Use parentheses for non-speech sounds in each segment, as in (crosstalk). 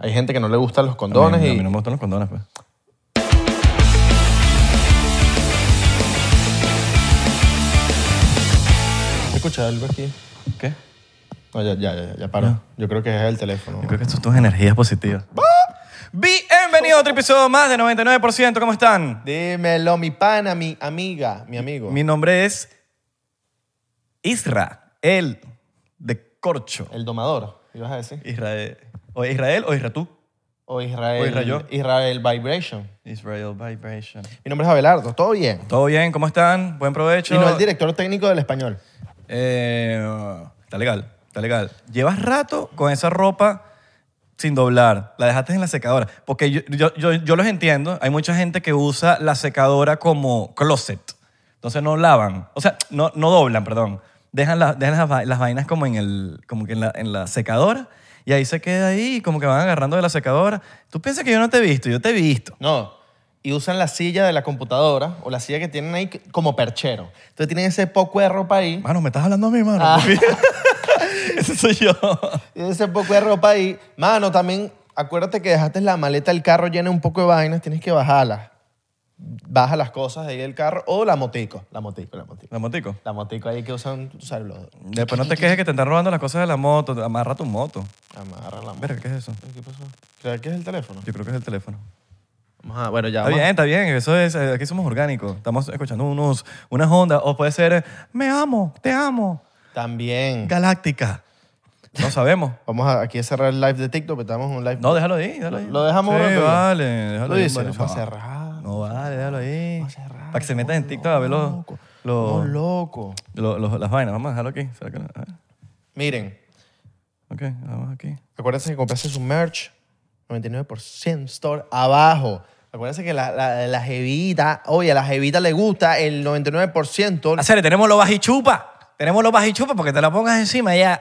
Hay gente que no le gustan los condones a mí, y. a mí no me gustan los condones, pues. ¿Se escucha algo aquí? ¿Qué? No, ya, ya, ya, ya paró. Yo creo que es el teléfono. Yo creo que esto es tus energías positivas. Bienvenido a otro episodio más de 99%. ¿Cómo están? Dímelo, mi pana, mi amiga, mi amigo. Mi nombre es Israel de Corcho. El domador, ibas a decir. Israel. O Israel o Israel tú. O Israel. O Israel. Israel Vibration. Israel Vibration. Mi nombre es Abelardo, todo bien. ¿Todo bien? ¿Cómo están? Buen provecho. Y no el director técnico del español. Eh, está legal, está legal. Llevas rato con esa ropa sin doblar, la dejaste en la secadora. Porque yo, yo- yo- yo los entiendo, hay mucha gente que usa la secadora como closet. Entonces no lavan, o sea, no, no doblan, perdón. Dejan, la- dejan las, va- las vainas como, en, el, como que en, la, en la secadora y ahí se queda ahí, como que van agarrando de la secadora. Tú piensas que yo no te he visto, yo te he visto. No. Y usan la silla de la computadora o la silla que tienen ahí como perchero. Entonces tienen ese poco de ropa ahí. Mano, me estás hablando a mí, mano. Ah. (laughs) Ese soy yo. (laughs) Tienen ese poco de ropa ahí. Mano, también acuérdate que dejaste la maleta del carro llena de un poco de vainas. Tienes que bajarlas. Baja las cosas ahí del carro o la motico. La motico, la motico. La motico. La motico ahí que usan, tú sabes, los... Después no te quejes que te están robando las cosas de la moto. Amarra tu moto. Amarra la motico. Verga, ¿qué es eso? ¿Qué pasó? ¿Crees que es el teléfono? Yo creo que es el teléfono. Vamos a- bueno, ya Está vamos. bien, está bien. Eso es, eh, aquí somos orgánicos. Estamos escuchando unos, unas ondas. O puede ser, eh, me amo, te amo, También. galáctica. No sabemos. Vamos a, aquí a cerrar el live de TikTok, pero estamos en un live. No, déjalo ahí, déjalo ahí. Lo dejamos, Sí, bro, pero- vale, déjalo Lo ahí. dice, vale. vamos a cerrar. No vale, déjalo ahí. Vamos a cerrar, Para que se metan en TikTok a ver los, Loco. los- No, loco. los- los- las vainas. Vamos a dejarlo aquí. ¿Será que no? A ver. Miren, Ok, vamos aquí. acuérdense que compraste su merch 99% store abajo. Acuérdense que la, la, la jevita, oye, a la jevita le gusta el 99%. Hacer, tenemos los bajichupa. Tenemos los bajichupa porque te la pongas encima ya.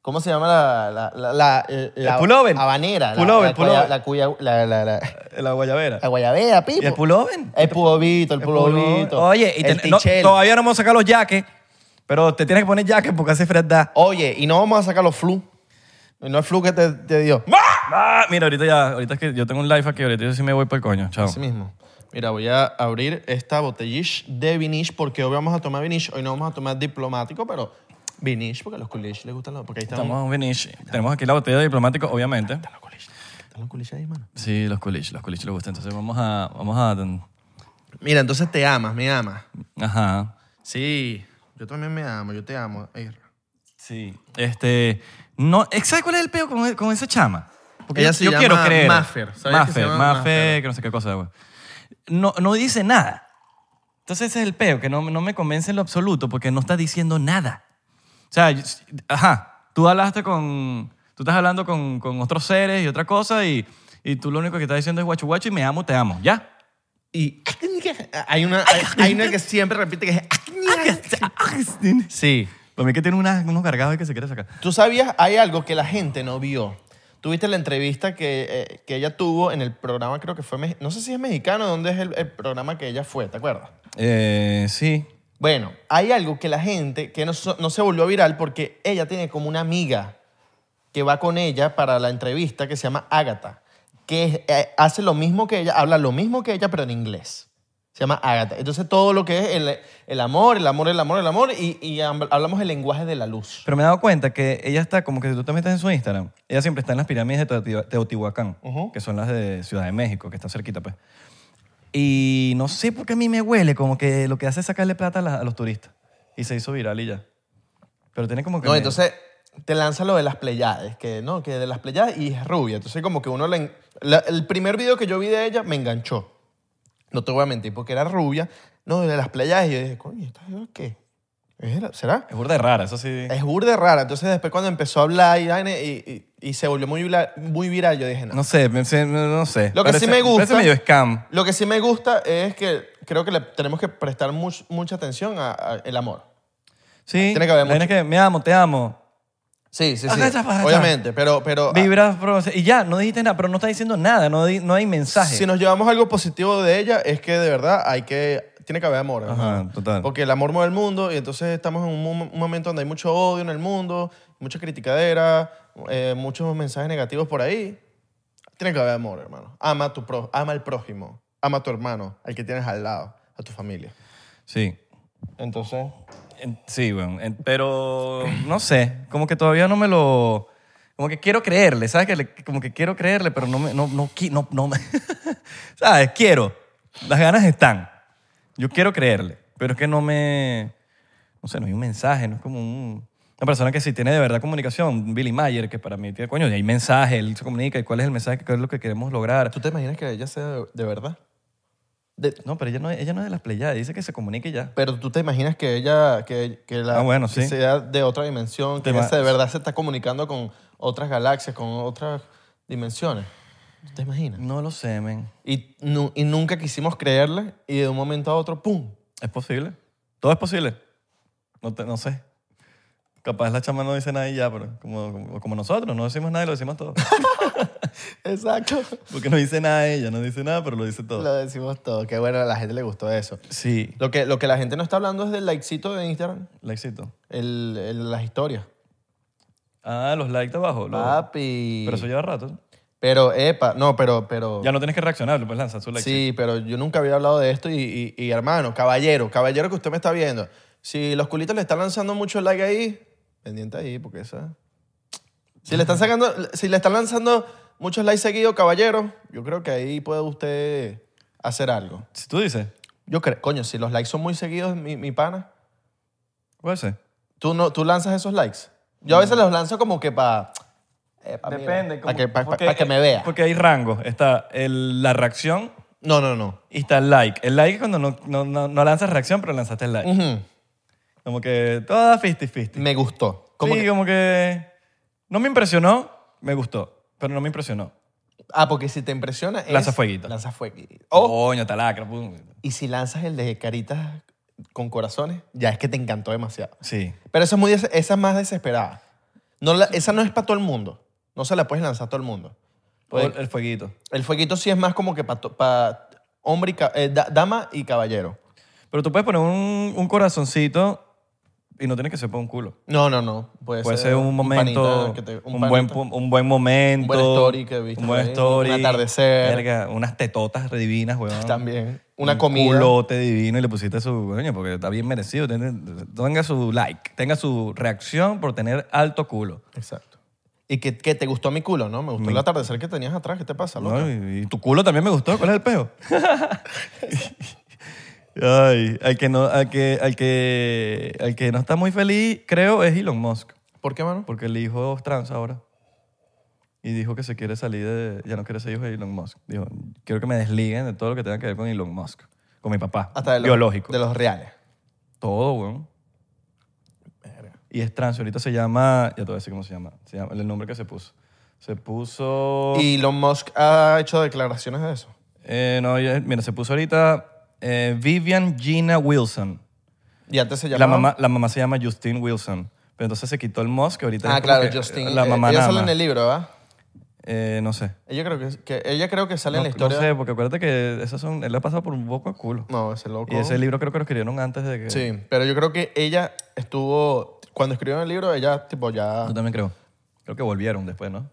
¿Cómo se llama la... la, la, la, la- El pullover. Habanera. la- Pullover, la, cuya- pullover. La, cuya- la, la, la- La guayabera. la guayabera, pipo. ¿Y el pullover? El pulobito, el pulobito. Oye, y el te- no, tichel. todavía no hemos sacado los jaques, pero te tienes que poner jaques porque hace fresda. Oye, y no vamos a sacar los flu. No el flu que te, te dio. Ah, mira, ahorita ya, ahorita es que yo tengo un live aquí, ahorita yo sí me voy para el coño. Chao. Así mismo. Mira, voy a abrir esta botellish de vinish porque hoy vamos a tomar vinish. Hoy no vamos a tomar diplomático, pero vinish porque a los coolish les gustan los... Porque ahí están, Estamos en Vinish. Tenemos aquí la botella de diplomático, obviamente. están los coolish. Están los coolish ahí, mano. Sí, los culiches, los culiches les gustan. Entonces vamos a, vamos a, Mira, entonces te amas, me amas. ajá. Sí, yo también me amo, yo te amo. Ey, Sí. Este, no, ¿sabes cuál es el peo con, con esa chama? Ella yo, se yo llama quiero creer. Maffer. ¿Sabías que se Maffer, llama Maffer, Maffer? que no sé qué cosa, güey. No, no dice nada. Entonces ese es el peo, que no, no me convence en lo absoluto porque no está diciendo nada. O sea, yo- ajá, tú hablaste con, tú estás hablando con, con otros seres y otra cosa y, y tú lo único que estás diciendo es guacho guacho y me amo, te amo, (laughs) ¿ya? Y hay una, hay, hay una que siempre repite que es... Sí. Para mí que tiene unas- unos cargados ahí que se quiere sacar. Tú sabías, hay algo que la gente no vio. Tuviste la entrevista que, eh, que ella tuvo en el programa, creo que fue, me- no sé si es mexicano, dónde es el, el programa que ella fue, ¿te acuerdas? Eh, sí. Bueno, hay algo que la gente, que no, so- no se volvió viral porque ella tiene como una amiga que va con ella para la entrevista que se llama Ágata, que es- eh, hace lo mismo que ella, habla lo mismo que ella, pero en inglés. Se llama Ágata. Entonces todo lo que es el, el amor, el amor, el amor, el amor, y, y hab- hablamos el lenguaje de la luz. Pero me he dado cuenta que ella está, como que si tú te metes en su Instagram, ella siempre está en las pirámides de Teotihu- Teotihuacán, Ujú. que son las de Ciudad de México, que está cerquita, pues. Y no sé por qué a mí me huele, como que lo que hace es sacarle plata a, la- a los turistas. Y se hizo viral y ya. Pero tiene como que... No, me- entonces te lanza lo de las playades, que no, que de las playades y es rubia. Entonces como que uno la, en- la- el primer video que yo vi de ella me enganchó. No te voy a mentir, porque era rubia, no, de las playades y yo dije, coño, ¿esta jeva qué? ¿Es la- ¿Será? Es burda de rara, eso sí. Es burde rara. Entonces después cuando empezó a hablar y, vaina y, y- y se volvió muy, vila- muy viral, yo dije, no. No sé, me- se- no no sé. Lo que sí Parece- me gusta- Parece medio scam. Lo que sí me gusta es que creo que le tenemos que prestar much- mucha atención al amor. Sí. Tiene que haber la vaina mucho. es que me amo, te amo. Sí, sí, sí. Ajá, ajá, ajá. Obviamente, pero... pero Vibras, bro, y ya, no dijiste nada, pero no está diciendo nada, no, di- no hay mensaje. Si nos llevamos algo positivo de ella, es que de verdad hay que. Tiene que haber amor. Ajá, hermano. total. Porque el amor mueve el mundo y entonces estamos en un, mo- un momento donde hay mucho odio en el mundo, mucha criticadera, eh, muchos mensajes negativos por ahí. Tiene que haber amor, hermano. Ama, a tu pro, ama al prójimo, ama a tu hermano, al que tienes al lado, a tu familia. Sí. Entonces, En- Sí, weón. En- pero no sé, como que todavía no me lo... Como que quiero creerle, ¿sabes? Que le- como que quiero creerle, pero no me... No, no, qui- no, no me- (laughs) ¿Sabes? Quiero. Las ganas están. Yo quiero creerle, pero es que no me... No sé, no hay un mensaje, no es como un- Una persona que sí tiene de verdad comunicación, Billy Mayer, que para mí tiene, coño, y hay mensaje, él se comunica, y cuál es el mensaje, qué es lo que queremos lograr. ¿tú te imaginas que ella sea de, de verdad? De- No, pero ella no, ella no es de las playadas, dice que se comunique y ya. pero tú te imaginas que ella que, que la, Ah, bueno, sí. que sea de otra dimensión, que Te ella va- se- de verdad se está comunicando con otras galaxias, con otras dimensiones. ¿Tú te imaginas? No lo sé, men. Y, nu- y nunca quisimos creerle y de un momento a otro, ¡pum! (laughs) ¿Es posible? ¿Todo es posible? No, te- no sé. Capaz la chama no dice nada y ya, pero como, como, como nosotros, no decimos nada y lo (laughs) decimos todo. Exacto. Porque no dice nada ella, no dice nada, pero lo dice todo. Lo decimos todo. Qué bueno, a la gente le gustó eso. Sí, Lo que, lo que la gente no está hablando es del likecito de Instagram, la éxito. el, el- las historias. Ah, los likes de abajo. lo- Ah, Papi. Pero eso lleva rato. ¿no? Pero, epa, no, pero, pero. Ya no tienes que reaccionar, pues lanza su like. Sí, pero yo nunca había hablado de esto y, y- y, hermano, caballero, caballero que usted me está viendo, si los culitos le están lanzando mucho like ahí, pendiente ahí, porque esa... Si le están, sacando, si le están lanzando muchos likes seguidos, caballero, yo creo que ahí puede usted hacer algo. Si tú dices, Yo creo, coño, si los likes son muy seguidos, mi, mi pana, puede ser. ¿tú, no, ¿tú lanzas esos likes? Yo a veces los lanzo como que para... Depende. Para como- que, pa- pa- porque- pa' que me vea. Porque hay rangos. Está el- la reacción No, no, no. y está el like. El like es cuando no, no, no, no lanzas reacción, pero lanzaste el like. Ujú. Como que toda 50-50. Me gustó. Como sí, que- como que no me impresionó, me gustó, pero no me impresionó. Ah, porque si te impresiona es... Lanza fueguito. Oh. Lanza fueguito. Coño, talacra. pum. Y si lanzas el de caritas con corazones, ya es que te encantó demasiado. Sí. Pero esa es, muy, des- esa es más desesperada. No la- esa no es para todo el mundo. No se la puedes lanzar a todo el mundo. O Porque el, el fueguito. el fueguito sí es más como que para hombre y ca- eh, da- dama y caballero. Pero tú puedes poner un, un corazoncito y no tiene que ser por un culo. No, no, no. Puede, Puede ser un momento, panita que te- un, buen, panita. pu- un buen momento. Un buen story que viste Un buen ahí, story. un atardecer. Verga, unas tetotas divinas, weón. También. Una un comida. culote divino y le pusiste su coño porque está bien merecido. Tiene- Tenga su like, tenga su reacción por tener alto culo. Exacto. Y que, que te gustó mi culo, ¿no? Me gustó el atardecer que tenías atrás. ¿Qué te pasa, loco? No, y, y tu culo también me gustó. ¿Cuál es el peo? (laughs) Ay, al que no, al que, al que, al que no está muy feliz, creo, es Elon Musk, ¿Por qué, mano? porque el hijo es trans ahora. Y dijo que se quiere salir de, ya no quiere ser hijo de Elon Musk. Dijo, quiero que me desliguen de todo lo que tenga que ver con Elon Musk, con mi papá, Hasta de los, biológico. De los reales. Todo, weón. Y es trans, ahorita se llama, ya te voy a decir cómo se llama, se llama el nombre que se puso. Se puso... Y Elon Musk ha hecho declaraciones de eso. Eh, no, ya- mira, se puso ahorita eh, Vivian Gina Wilson. Y antes se llamaba... La mamá, la mamá se llama Justine Wilson. Pero entonces se quitó el Musk, que ahorita es Ah, como claro, que, eh, Justin. La mamá ella nana. sale en el libro, ¿verdad? Eh, no sé. Ella creo que, que- ella creo que sale No, en la no historia. sé, porque acuérdate que esas son, él ha pasado por un poco de culo. No, ese loco. Y ese libro creo que lo escribieron antes de que... Sí, pero yo creo que ella estuvo... Cuando escribió el libro, ella tipo ya... Yo también creo. Creo que volvieron después, ¿no?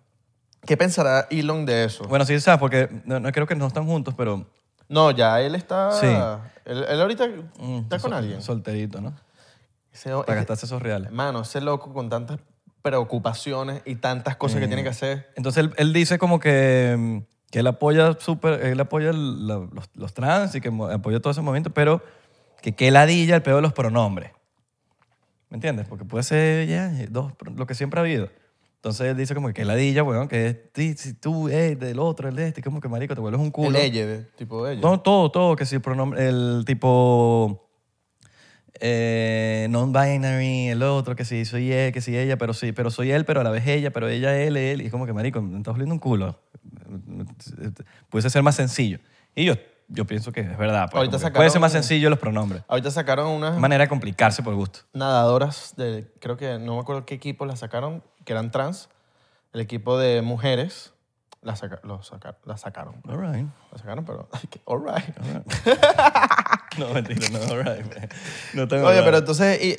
¿Qué pensará Elon de eso? Bueno, sí, sabes, porque no, no creo que no están juntos, pero... No, ya él está... Sí. Él, él ahorita mm, está con sol- alguien. Eh, Solterito, ¿no? Ese- ese- Para gastarse esos reales. Mano, ese loco con tantas preocupaciones y tantas cosas Mm. que tiene que hacer. Entonces él, él dice como que, mm, que él apoya, super, él apoya el- la- los, los trans y que mo- apoya todo ese movimiento, pero que qué ladilla el pedo de los pronombres. ¿Me entiendes? Porque puede ser ya dos, pro- lo que siempre ha habido. Entonces él dice como que qué ladilla, weón, que es ti, si tú, eh, del otro, el de este, como que marico, te vuelves un culo. El ella, de- tipo ella. No, todo, todo, que si el pronombre, el tipo eh, non-binary, el otro, que si soy él, que si ella, pero sí, pero soy él, pero a la vez ella, pero ella, él, él, y es como que, marico, me estás oliendo un culo. Pudiese ser más sencillo. Y yo, yo pienso que es verdad. pues, Ahorita como que sacaron- Ah. puede ser más sencillo los pronombres. Ahorita sacaron unas... Manera de complicarse por gusto. nadadoras de, creo que no me acuerdo qué equipo las sacaron, que eran trans. El equipo de mujeres las, saca- lo saca- las sacaron. All right. Las sacaron, pero. (laughs) All (laughs) right. No, mentira, no, all right. man. No tengo Oye, nada. pero entonces. y-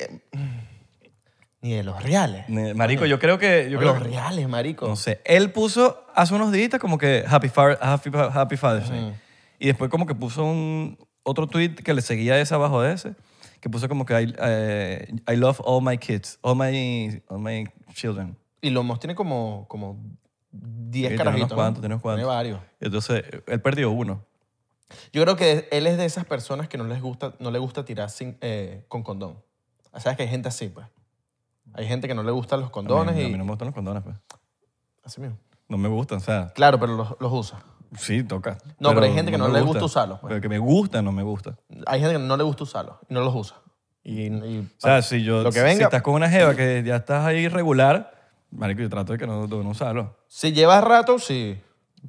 Ni de los reales. Ne- Marico, yo creo que... Yo Yo creo los que- reales, marico. No sé. Él puso hace unos días como que Happy, Far- Happy, Happy Father's Day. Mm. Y después como que puso un, otro tweet que le seguía ese abajo de ese, que puso como que I, eh, I love all my kids, all my, all my children. Y los mos tiene como, como 10 Sí, tiene carajitos. unos cuantos, ¿no? tiene unos cuantos. varios. Entonces, él perdió uno. Yo creo que él es de esas personas que no les gusta, no le gusta tirar sin, eh, con condón. O sea, es que hay gente así, pues. Hay gente que no le gustan los A mí- condones a mí, y... no me gustan los condones, pues. Así mismo. No me gustan, o sea, Claro, pero los, los usa. sí, toca. No, pero hay gente que no me le gusta usarlos, pues. Pero que me gusta, no me gusta. Hay gente que no le gusta usarlos y no los usa. Y, y- O sea, si yo... Ah, Lo que si- Si venga. estás con una jeva que ya estás ahí regular, marico, yo trato de que no, de no usarlo. si llevas rato, sí.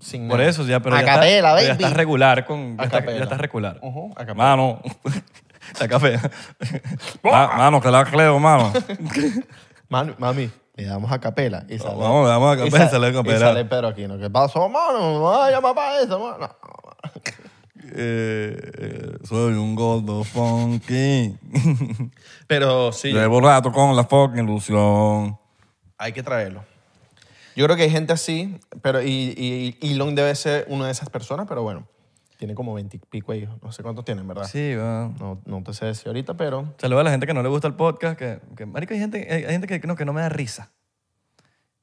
Sin Por nada. eso, ya, pero ya, Acapela, está- baby. pero ya estás regular con... Ya, está- Acapela. ya estás regular. Ujú, acapela. Mano, (laughs) está café. Ma- mano, que la creo, mano. Mami, mami, le damos a capela. Y sale, Vamos, le damos a capela, y sa- sale a capela. Y sale Pedro Aquino. ¿Qué pasó, mano? Vaya, papá, eso, mano. Eh, eh, soy un gordo funky. Pero sí, Llevo rato con la fucking ilusión. hay que traerlo. Yo creo que hay gente así, pero y, y, y Elon debe ser una de esas personas, pero bueno, tiene como 20 y pico ellos. No sé cuántos tienen, ¿verdad? Sí, va. No, no te sé decir ahorita, pero Saludos a la gente que no le gusta el podcast. Que, que, marico, hay gente, hay hay gente que, no, que no me da risa.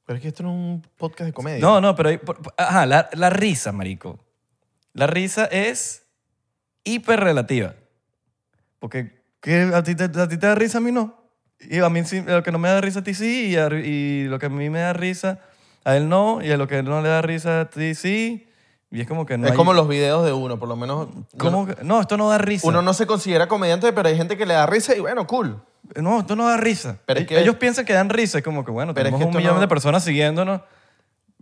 Pero es que esto no es un podcast de comedia. No, no, pero hay- por- por- ajá, la, la risa, marico. La risa es hiperrelativa. Porque ¿qué? ¿A, ti te, a ti te da risa, a mí no. Y a mí sí, lo que no me da risa a ti sí, y, a- y lo que a mí me da risa a él no, y a lo que no le da risa a ti sí. Y es como que no es hay- como los videos de uno, por lo menos. yo ¿Cómo no- que- No, esto no da risa. Uno no se considera comediante, pero hay gente que le da risa y bueno, cool. No, esto no da risa. Pero es E- que- Ellos piensan que dan risa. Es como que, bueno, Pero es tenemos que un esto millón no- de personas siguiéndonos.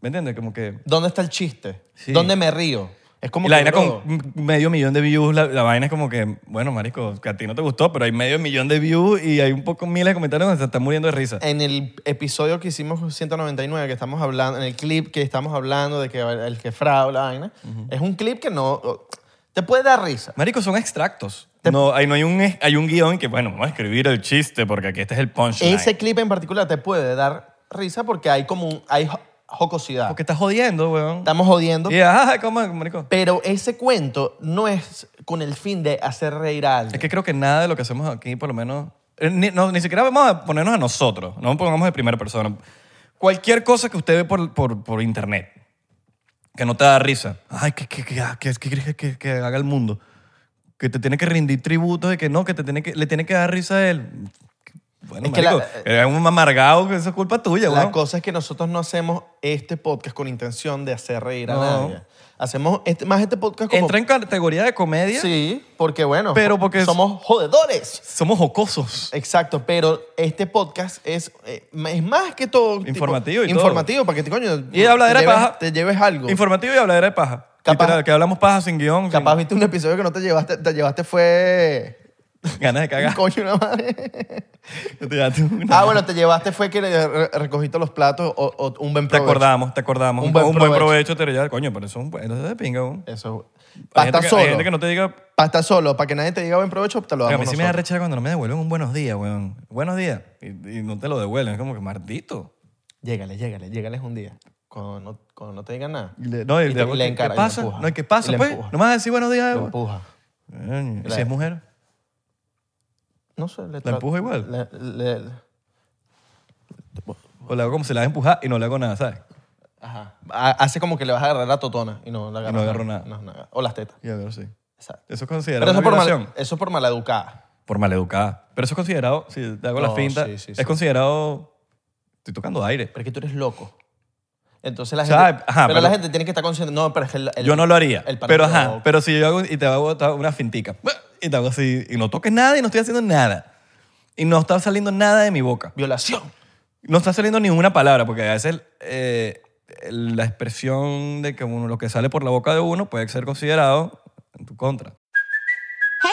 ¿Me entiendes? Como que... ¿Dónde está el chiste? Sí. ¿Dónde me río? Es como y la que, vaina bro, con m- medio millón de views, la, la vaina es como que, bueno, marico, que a ti no te gustó, pero hay medio millón de views y hay un poco miles de comentarios donde se están muriendo de risa. En el episodio que hicimos con 199, que estamos hablando, en el clip que estamos hablando de que el que fraude la vaina, es un clip que no. Te puede dar risa. Marico, son extractos. No, ahí no hay un, hay un guión que, bueno, vamos a escribir el chiste porque aquí este es el punchline. Ese clip en particular te puede dar risa porque hay como un- hay jo- jocosidad. Porque estás jodiendo, weón. Estamos jodiendo. Y, ajá, ¿cómo, marico? Pero ese cuento no es con el fin de hacer reír a alguien. Es que creo que nada de lo que hacemos aquí, por lo menos, eh, ni, no, ni siquiera vamos a ponernos a nosotros, no pongamos de primera persona. Cualquier cosa que usted ve por, por, por internet, que no te da risa, ay, que, que, que, ah, que, que, que- que- que haga el mundo, que te tiene que rendir tributo de que no, que, te tiene que le tiene que dar risa a él. Bueno, Es que marico, la- eres un amargado, que eso es culpa tuya, La weón. cosa es que nosotros no hacemos este podcast con intención de hacer reír a No. nadie. Hacemos este- más este podcast como... Entra en categoría de comedia, Sí, porque bueno, Pero porque es- somos jodedores. somos jocosos. Exacto, pero este podcast es, eh, es más que todo... tipo, Informativo y todo. Informativo, para que te coño... Y habladera te de lleves- paja. Te lleves algo. Informativo y habladera de paja. Capaz- Literal, que hablamos paja sin guión, Capaz viste un episodio que no te llevaste, te llevaste fue... sin (laughs) ganas de cagar. Coño, una madre. (laughs) Te llevaste una- Ah, bueno, te llevaste fue que le- re- recogiste los platos o, o un buen Te provecho. acordamos, te acordamos. Un Un, buen buen, buen provecho. provecho, te diría, coño, pero eso es un buen- eso es de pinga. weón. Eso. Hay, Para gente estar que, hay solo. gente que no te diga. Para estar solo, para que nadie te diga buen provecho, te lo "Oiga, damos a mí sí me da nosotros. rechera cuando no me devuelven un buenos días, weón. Buenos días. Y, y no te lo devuelven. Es como que maldito. Llégale, llégale, llégales un día. Cuando no, cuando no te digan nada. Y le- No, y Y le- te- y le ¿qué encara, y le pasa? empuja. No, ¿y qué Y pasa, le pues? empuja. No me vas a decir buenos días, Lo weón. empuja. Coño, ¿y La- Si es mujer. No sé, le ¿La empuja igual? le- le- le- O le hago como si la vas a empujar y no le hago nada, ¿sabes? ajá. Ha- Hace como que le vas a agarrar la totona y no la agarras. no agarro nada. No, no, o las tetas. Y a ver, sí. Exacto. Eso es considerado Pero eso es una por, violación. mal, eso es por maleducada. Por maleducada. Pero eso es considerado, si te hago No, la finta, sí, sí, es sí. considerado. Estoy tocando aire. Pero es que tú eres loco. Entonces la O gente. sea, ajá, pero, la pero- gente tiene que estar consciente. No, pero es que el, el- yo no lo haría. el pana Pero está ajá, loco. pero si yo hago y te hago te hago una fintica y te hago así y no toques nada y no estoy haciendo nada. Y no está saliendo nada de mi boca. Violación. No está saliendo ninguna palabra porque a veces eh, el- la expresión de que uno, lo que sale por la boca de uno puede ser considerado en tu contra. Hey,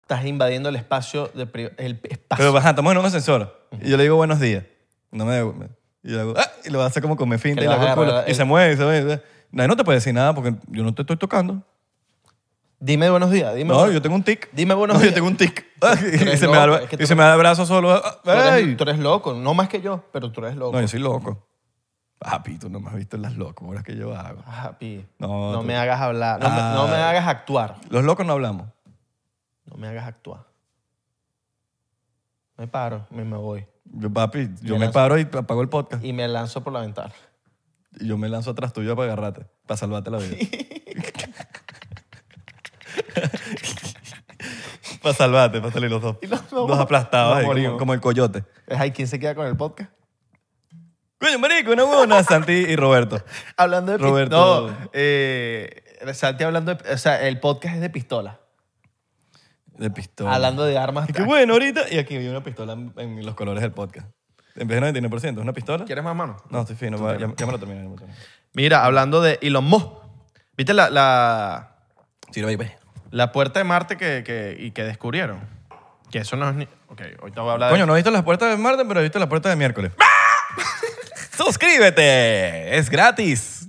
Estás invadiendo el espacio de pri- el espacio. Pero ajá, estamos en un ascensor. Y yo le digo buenos días. No me devuelve. Y, yo hago, "Ah", y lo hace como con me finta Que y, le vas le a hago agarrar culo. y el- se mueve y se mueve. Nadie no te puede decir nada porque yo no te estoy tocando. dime buenos días, dime. No, yo tengo un tic. Dime buenos No, días. yo tengo (laughs) un tic. (laughs) y eres se, me da, loco, el- es que y tú se me da el brazo solo. Ah, Tú ¡ay! eres, tú eres loco, no más que yo, pero tú eres loco. No, yo soy loco. Papi, tú no me has visto las locuras que yo hago. Ah, pi. No, No, tú- me hagas hablar, no, me- Ah. no me hagas actuar. Los locos no hablamos. No me hagas actuar. Me paro, me, me voy Yo, papi, yo Me me lanzo. paro y apago el podcast. y me lanzo por la ventana. Y yo me lanzo atrás tuyo para agarrarte, para (laughs) salvarte la vida. para salvarte, para salir los dos. Y los dos- dos aplastados, nos ahí, como, morimos. como el coyote. Es ahí, ¿quién se queda con el podcast? Coño, marico, una buena, Santi y Roberto. Hablando de Roberto. pistola. No, eh, Santi hablando de. O sea, el podcast es de pistola. De pistola. Hablando de armas. Y qué bueno, ahorita. Y aquí vi una pistola en, en los colores del podcast. En vez de 99%, ¿una pistola? ¿Quieres más mano? No, estoy fino, va, ya, ya me lo terminé. ya me lo terminé. Mira, hablando de Elon Musk. ¿Viste la, la, Sí, lo pues. ve. la puerta de Marte que, que- y que descubrieron? Que eso no es ni. Ok, ahorita voy a hablar de Coño, no he visto las puertas de martes, pero he visto las puertas de miércoles. ¡Ah! (laughs) ¡Suscríbete! ¡Es gratis!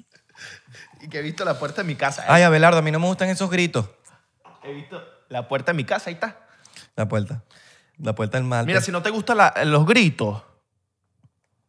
Y que he visto la puerta de mi casa. eh. Ay, Abelardo, a mí no me gustan esos gritos. He visto la puerta de mi casa, ahí está. La puerta. La puerta del mal. Mira, si no te gustan la- los gritos,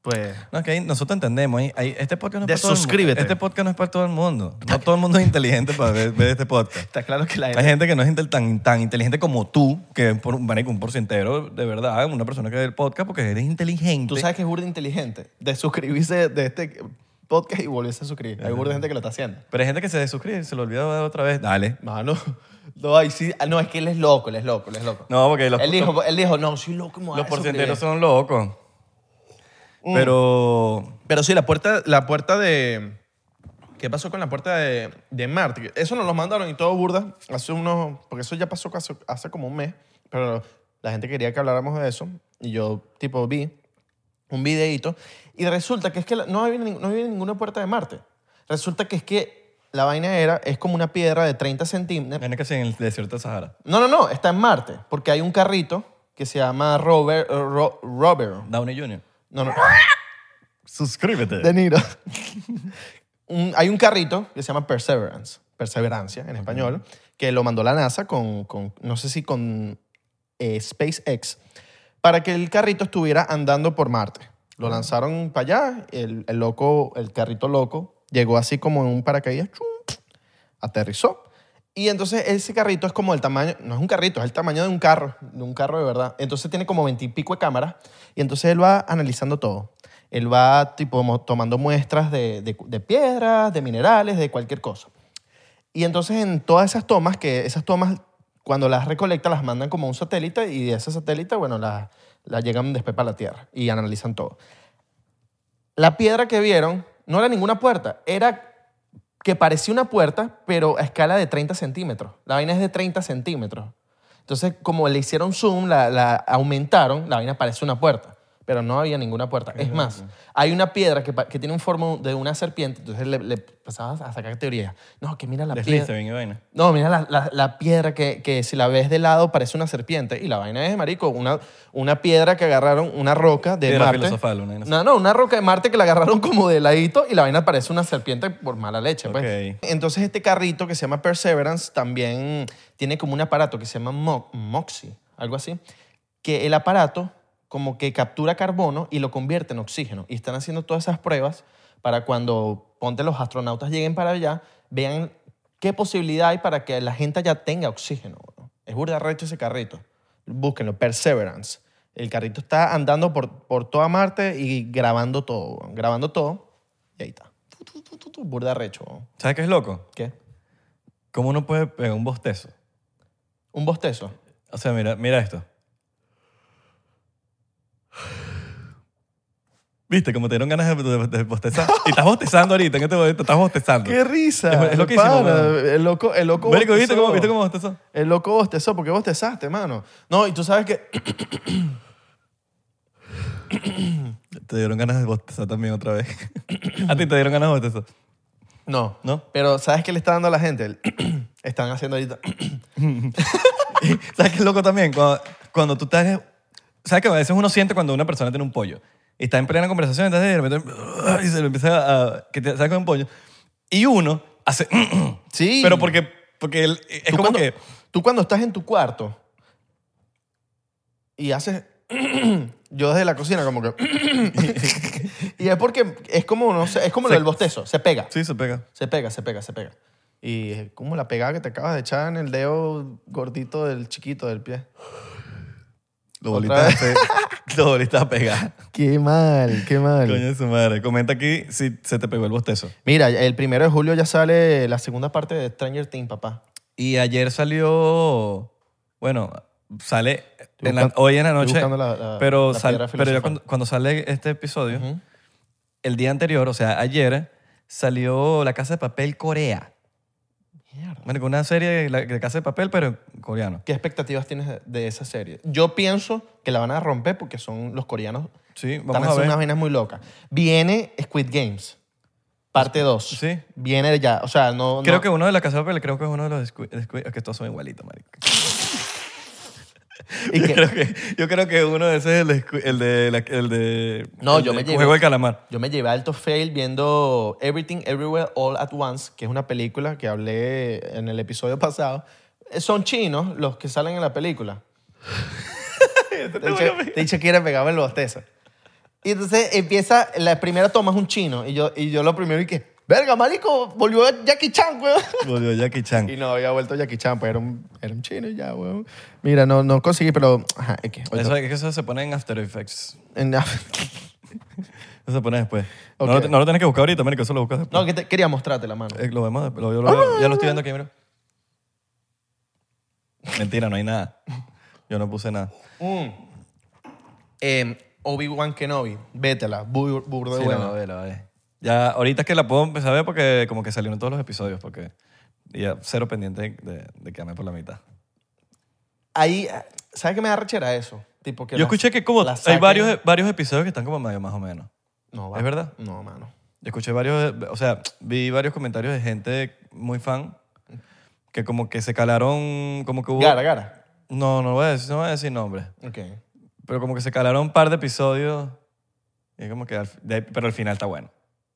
pues. No, es que ahí nosotros entendemos. ahí- ahí- este podcast no es para todo el mundo. Desuscríbete. Este podcast no es para todo el mundo. (laughs) No todo el mundo es inteligente para ver, ver este podcast. Está claro que la Hay gente que no es intel- tan, tan inteligente como tú, que es por, marico, un porcentero de verdad, una persona que ve el podcast porque eres inteligente. Tú sabes que es burda inteligente de suscribirse de este podcast y volverse a suscribir. Hay burda gente que lo está haciendo. Pero hay gente que se desuscribe, se lo olvida otra vez. Dale. Mano, no, ahí sí- ah, no, es que él es loco, él es loco, él es loco. No, porque los, él, dijo, él dijo, no, soy loco, me voy a Mm. los porcenteros suscribir". son locos. Pero Pero sí, la puerta, la puerta de... ¿Qué pasó con la puerta de, de Marte? Eso nos lo mandaron y todo burda hace unos... Porque eso ya pasó hace, hace como un mes. Pero la gente quería que habláramos de eso. Y yo, tipo, vi un videíto. Y resulta que es que la- no había, nin- no había ninguna puerta de Marte. Resulta que es que la vaina era... Es como una piedra de 30 centímetros. viene casi en el desierto de Sahara. No, no, no. Está en Marte. Porque hay un carrito que se llama Rover... eh, Ro- Rover. Downey Jr. No, no. Suscríbete. De Niro. (laughs) Un- hay un carrito que se llama Perseverance, Perseverancia en español, que lo mandó la NASA con, con- no sé si con eh, SpaceX, para que el carrito estuviera andando por Marte. Lo lanzaron para allá, el, el loco, el carrito loco, llegó así como en un paracaídas, chum, aterrizó. Y entonces ese carrito es como el tamaño, no es un carrito, es el tamaño de un carro, de un carro de verdad. Entonces tiene como veintipico de cámaras y entonces él va analizando todo. Él va tipo mo- tomando muestras de, de- de piedras, de minerales, de cualquier cosa. Y entonces en todas esas tomas, que esas tomas cuando las recolecta las mandan como a un satélite y de ese satélite, bueno, las las llegan después para la Tierra y analizan todo. La piedra que vieron no era ninguna puerta, era que parecía una puerta, pero a escala de 30 centímetros. La vaina es de 30 centímetros. Entonces, como le hicieron zoom, la, la aumentaron, la vaina parece una puerta, pero no había ninguna puerta. Es más, hay una piedra que, pa- que tiene un forma de una serpiente, entonces le, le empezabas a sacar teorías. No, que mira la piedra. Deslice, bien y vaina. No, mira la, la- la piedra que, que si la ves de lado parece una serpiente. Y la vaina es, marico, una, una piedra que agarraron, una roca de Piedra Marte. filosofal, una vaina así. No, no, una roca de Marte que la agarraron como de ladito y la vaina parece una serpiente por mala leche. pues. Ok. Entonces este carrito que se llama Perseverance también tiene como un aparato que se llama Mo- MOXIE, algo así, que el aparato como que captura carbono y lo convierte en oxígeno. Y están haciendo todas esas pruebas para cuando, ponte, los astronautas lleguen para allá, vean qué posibilidad hay para que la gente allá tenga oxígeno. weón. Es burda recho ese carrito. Búsquenlo, Perseverance. El carrito está andando por, por toda Marte y grabando todo, weón. grabando todo. Y ahí está. Tu, tu, tu, tu, tu, Burda recho. weón. ¿Sabes qué es loco? ¿Qué? ¿Cómo uno puede pegar un bostezo? Un bostezo. O sea, mira, mira esto. ¿Viste? Como te dieron ganas de, de- de bostezar. Y estás bostezando ahorita, en este momento estás bostezando. ¡Qué risa! Es, es loquísimo. pana. weón. el loco, el loco Marico, ¿viste bostezó. cómo, ¿viste cómo bostezó? El loco bostezó, porque bostezaste, mano. No, y tú sabes que... (clears throat) Te dieron ganas de bostezar también otra vez. A ti te dieron ganas de bostezar. No. ¿No? Pero ¿sabes qué le está dando a la gente? (clears throat) El Están haciendo ahorita... (clears throat) ¿Sabes qué es loco también? Cuando, cuando tú estás... ¿Sabes que a veces uno siente cuando una persona tiene un pollo? Y está en plena conversación, entonces de repente... Y se lo empieza a... Que te saca un pollo. Y uno hace... Sí. Pero porque... Porque él- es tú como cuando, que... tú cuando estás en tu cuarto y haces... (clears throat) Yo desde la cocina como que... (clears throat) y es porque es como, no sé, es como lo Se- del bostezo, se pega. Sí, se pega. Se pega, se pega, se pega. Y es como la pegada que te acabas de echar en el dedo gordito del chiquito del pie. Lo Otra bolita, vez. se- lo bolita a pegar. Qué mal, qué mal. Coño de su madre. Comenta aquí si se te pegó el bostezo. Mira, el primero de julio ya sale la segunda parte de Stranger Things, papá. Y ayer salió... Bueno, sale... en la- buscando- hoy en la estoy noche... buscando la- la- pero la sal- piedra pero ya filosofal. cuando, cuando sale este episodio... Ujú. el día anterior, o sea, ayer, salió La Casa de Papel Corea. Mierda. Bueno, una serie de La de Casa de Papel, pero en coreano. ¿Qué expectativas tienes de, de esa serie? Yo pienso que la van a romper porque son los coreanos. Sí, están vamos a haciendo ver. unas vainas muy locas. Viene Squid Games, parte 2. Sí. Viene ya, o sea, no... Creo no- que uno de La Casa de Papel, creo que es uno de los Squid... Squid- es que todos son igualitos, marico. y (laughs) Yo, que- creo que, yo creo que uno de esos es el de... Squid- El de, la- el de No, el yo de me llevé- Juego del Calamar. Yo me llevé alto fail viendo Everything Everywhere All at Once, que es una película que hablé en el episodio pasado. Eh, Son chinos los que salen en la (laughs) película. te dije- te dije que era pegarme el bostezo. Y entonces empieza, la primera toma es un chino. Y yo, y yo lo primero y que, verga, marico, volvió Jackie Chan, weón. Volvió Jackie Chan. Y no había vuelto Jackie Chan, pues era un, era un chino y ya, weón. Mira, no, no conseguí, pero... Ajá, es que... Eso, es que eso se pone en After Effects. en- Eso se pone después. No Ok. lo te- No, lo tienes que buscar ahorita, marico. Eso lo buscas (laughs) después. no, que te- quería mostrarte la mano. Eh, lo vemos después. Lo- yo lo veo. ya lo estoy viendo aquí, mira. Mentira, no hay nada. Yo no puse nada. Eh, Obi-Wan Kenobi, vétela, bur- burda de Sí, buena. no, velo, vale. Ya, ahorita es que la puedo empezar a ver porque como que salieron todos los episodios, porque y ya cero pendiente de, de quedarme por la mitad. Ahí, ¿sabes qué me da rechera eso? Tipo que Yo la- escuché que como la hay saquen- varios, e, varios episodios que están como medio más o menos. No, va- ¿Es verdad? No, mano. Yo escuché varios, o sea, vi varios comentarios de gente muy fan que como que se calaron, como que hubo... Gara, gara. No, no voy a decir, no voy a decir nombres. Ok. Pero como que se calaron un par de episodios. Y como que al fi- de ahí- pero al final está bueno.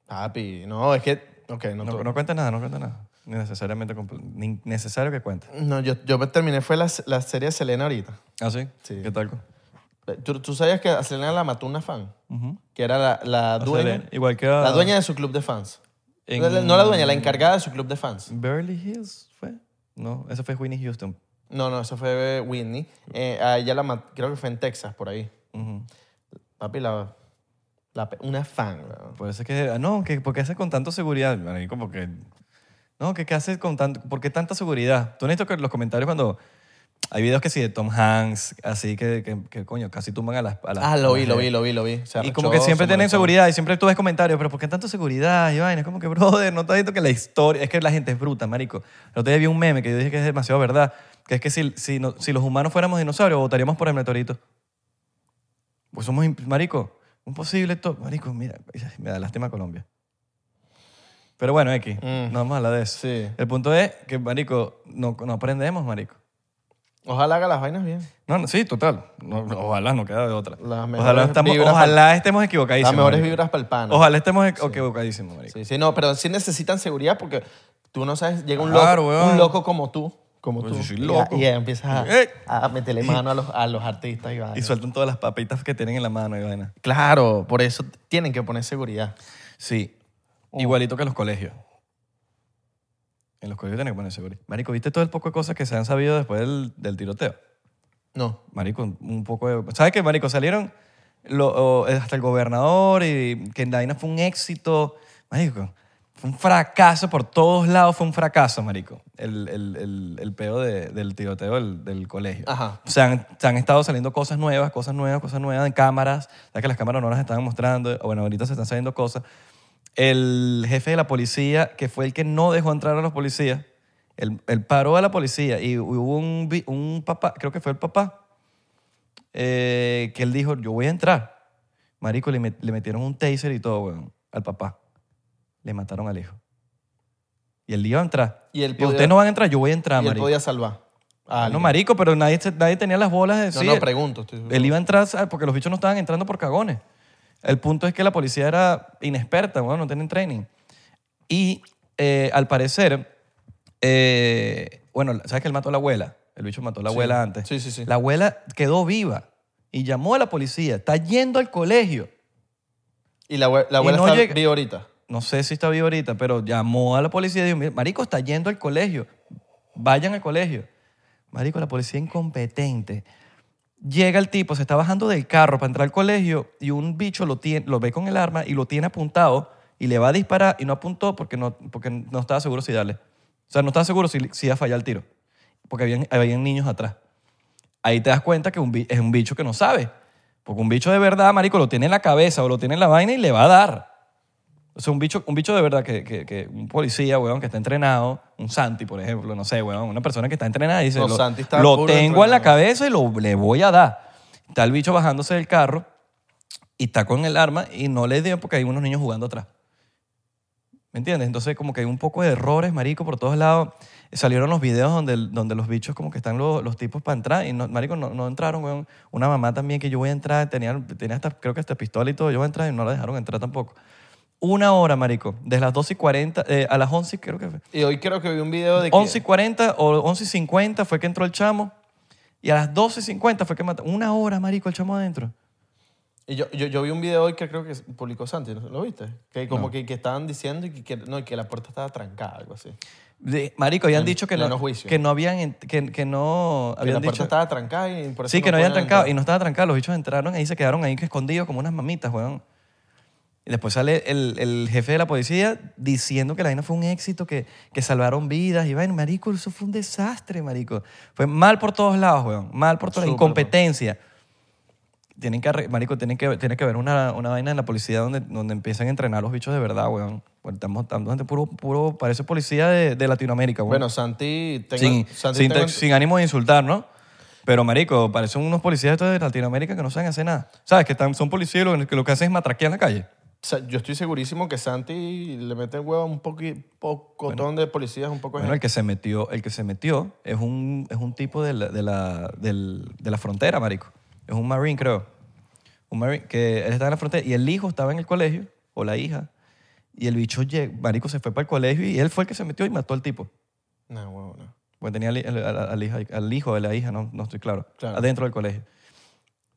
Papi, no, es que... Ok, no, No, to- no cuenta nada, no cuenta nada. Ni necesariamente compl- ni necesario que cuente. no, yo, yo me terminé, fue la, la serie de Selena ahorita. ¿Ah, sí? Sí. ¿Qué tal? ¿Tú, tú sabías que a Selena la mató una fan? Que era la, la O sea, dueña... le- igual que a- La dueña de su club de fans. Ah. En- No, No la dueña, la encargada de su club de fans. Beverly Hills fue. No, eso fue Winnie Houston. No, no, eso fue Whitney. Eh, a ella la mat- creo que fue en Texas, por ahí. Papi, la, la pe- una fan. weón. Por eso es que. ah, No, que, ¿por qué haces con tanta seguridad? Marico, porque. No, que, ¿qué haces con tanto. ¿Por qué tanta seguridad? Tú necesitas que los comentarios cuando. Hay videos que sí de Tom Hanks, así que, que, que, coño, casi tumban a las. a las- Ah, lo vi, a las- lo vi, lo vi, lo vi. Se Y como arrechó, que se siempre tienen molestó. seguridad y siempre tú ves comentarios, pero ¿por qué tanta seguridad? Y vaina, es como que, brother, no te has visto que la historia, es que la gente es bruta, marico. El otro día vi un meme que yo dije que es demasiado verdad, que es que si, si, no- si los humanos fuéramos dinosaurios, votaríamos por el meteorito. Pues somos, imp- marico, un posible top. Marico, mira, (laughs) me da lástima Colombia. Pero bueno, X, Mm. no vamos a hablar de eso. Sí. El punto es que, marico, no, no aprendemos, marico. Ojalá haga las vainas bien. No, no, sí, total. No, ojalá no queda de otra. Las mejores Ojalá, estamos- vibras pa'l- ojalá estemos Las equivocadísimos. mejores marico. vibras para el pan. Ojalá estemos equ- equivocadísimos, marico. Sí, sí, no, pero sí necesitan seguridad porque tú no sabes, llega un Claro, loco, weón. un loco como tú, como Pues tú. yo soy y- loco. Y, empiezas ¡Eh! a, a meterle mano a los, a los artistas y Y vainas. sueltan todas las papitas que tienen en la mano y vaina. Claro, por eso tienen que poner seguridad. Sí. Oh. Igualito que en los colegios. En los colegios tienen que poner seguridad. Marico, ¿viste todo el poco de cosas que se han sabido después del, del tiroteo? No. Marico, un- un poco de... ¿Sabes qué, Marico? Salieron lo- o- hasta el gobernador y que la vaina fue un éxito. Marico, Fue un fracaso por todos lados, fue un fracaso, marico. El, el, el, el peo de- del tiroteo del, del colegio. Ajá. Se han, se han estado saliendo cosas nuevas, cosas nuevas, cosas nuevas en cámaras. Ya que las cámaras no las estaban mostrando. Bueno, ahorita se están saliendo cosas. El jefe de la policía, que fue el que no dejó entrar a los policías, el, el paró a la policía y hubo un, vi- un papá, creo que fue el papá, eh, que él dijo, yo voy a entrar. Marico, le, met- le metieron un taser y todo, weón, al papá. Le mataron al hijo. Y él iba a entrar. Y él Dijo, podía- ustedes no van a entrar, yo voy a entrar, y él marico. podía salvar. a Ah, No, eh, alguien. marico, pero nadie, se- nadie tenía las bolas de No, decir. no, pregunto. estoy- Él iba a entrar ¿sabes? porque los bichos no estaban entrando por cagones. El punto es que la policía era inexperta, bueno, no tenían training. Y eh, al parecer, eh, bueno, ¿sabes que él mató a la abuela? El bicho mató a la Sí. abuela antes. Sí, sí, sí. La abuela quedó viva y llamó a la policía. Está yendo al colegio. Y la, abue- la abuela no está llega- viva ahorita. No sé si está viva ahorita, pero llamó a la policía y dijo, "Mira, marico, está yendo al colegio. Vayan al colegio. Marico, la policía incompetente. Llega el tipo, se está bajando del carro para entrar al colegio y un bicho lo, tiene, lo ve con el arma y lo tiene apuntado y le va a disparar y no apuntó porque no, porque no estaba seguro si darle. O sea, no estaba seguro si, si iba a fallar el tiro. Porque habían, habían niños atrás. Ahí te das cuenta que un bi- es un bicho que no sabe. Porque un bicho de verdad, marico, lo tiene en la cabeza o lo tiene en la vaina y le va a dar. O sea, un bicho, un bicho de verdad, que, que- que un policía, weón, que está entrenado, un Santi, por ejemplo, no sé, weón, una persona que está entrenada y dice, No, lo, Santi está lo puro tengo en la entrenado. cabeza y lo, le voy a dar. Está el bicho bajándose del carro y está con el arma y no le dio porque hay unos niños jugando atrás. ¿Me entiendes? Entonces, como que hay un poco de errores, marico, por todos lados. Salieron los videos donde, donde los bichos, como que están los, los tipos para entrar. Y, no, marico, no, no entraron, weón. Una mamá también que yo voy a entrar, tenía, tenía hasta, creo que hasta pistola y todo. Yo voy a entrar y no la dejaron entrar tampoco. Una hora, marico. Desde las 12 y 40, eh, a las 11, creo que fue. Y hoy creo que vi un video de que... 11 y 40 o 11 y 50 fue que entró el chamo. Y a las 12 y 50 fue que mató. Una hora, marico, el chamo adentro. Y yo, yo, yo vi un video hoy que creo que publicó Santi, ¿no? ¿lo viste? Que como que, que estaban diciendo y que, que- no, y que la puerta estaba trancada, algo así. De- marico, habían dicho que pleno no, juicio. que no habían, ent- que, que no Que la habían puerta dicho. estaba trancada y por eso Sí, que no habían podían trancado. entrar. Y no estaba trancado. Los bichos entraron ahí, se quedaron ahí que escondidos como unas mamitas, weón. Y después sale el, el jefe de la policía diciendo que la vaina fue un éxito, que, que salvaron vidas. Y vaina, marico, eso fue un desastre, marico. Fue mal por todos lados, weón. Mal por toda la Súper, incompetencia. Tienen que, arre- marico, tienen que, tiene que haber una, una vaina en la policía donde, donde empiezan a entrenar a los bichos de verdad, weón. Porque estamos, estamos ante puro, puro, parece policía de, de Latinoamérica, weón. Bueno, Santi... Tengo, Sin, Santi sin- tengo- sin ánimo de insultar, ¿no? Pero, marico, parecen unos policías estos de Latinoamérica que no saben hacer nada. ¿Sabes? Que están, son policías y lo, que lo que hacen es matraquear en la calle. O sea, yo estoy segurísimo que Santi le mete el huevo a un poqui, pocotón de policías, un poco de Bueno, el gente. que se metió, el que se metió es un, es un tipo de la, de, la, del- de la frontera, marico. Es un marine, creo. Un marine que él estaba en la frontera y el hijo estaba en el colegio, o la hija, y el bicho, lleg- marico, se fue para el colegio y él fue el que se metió y mató al tipo. No, huevo, no. Porque tenía al, al- al- al hija- al hijo de la hija, no, no estoy claro, Claro. Adentro del colegio.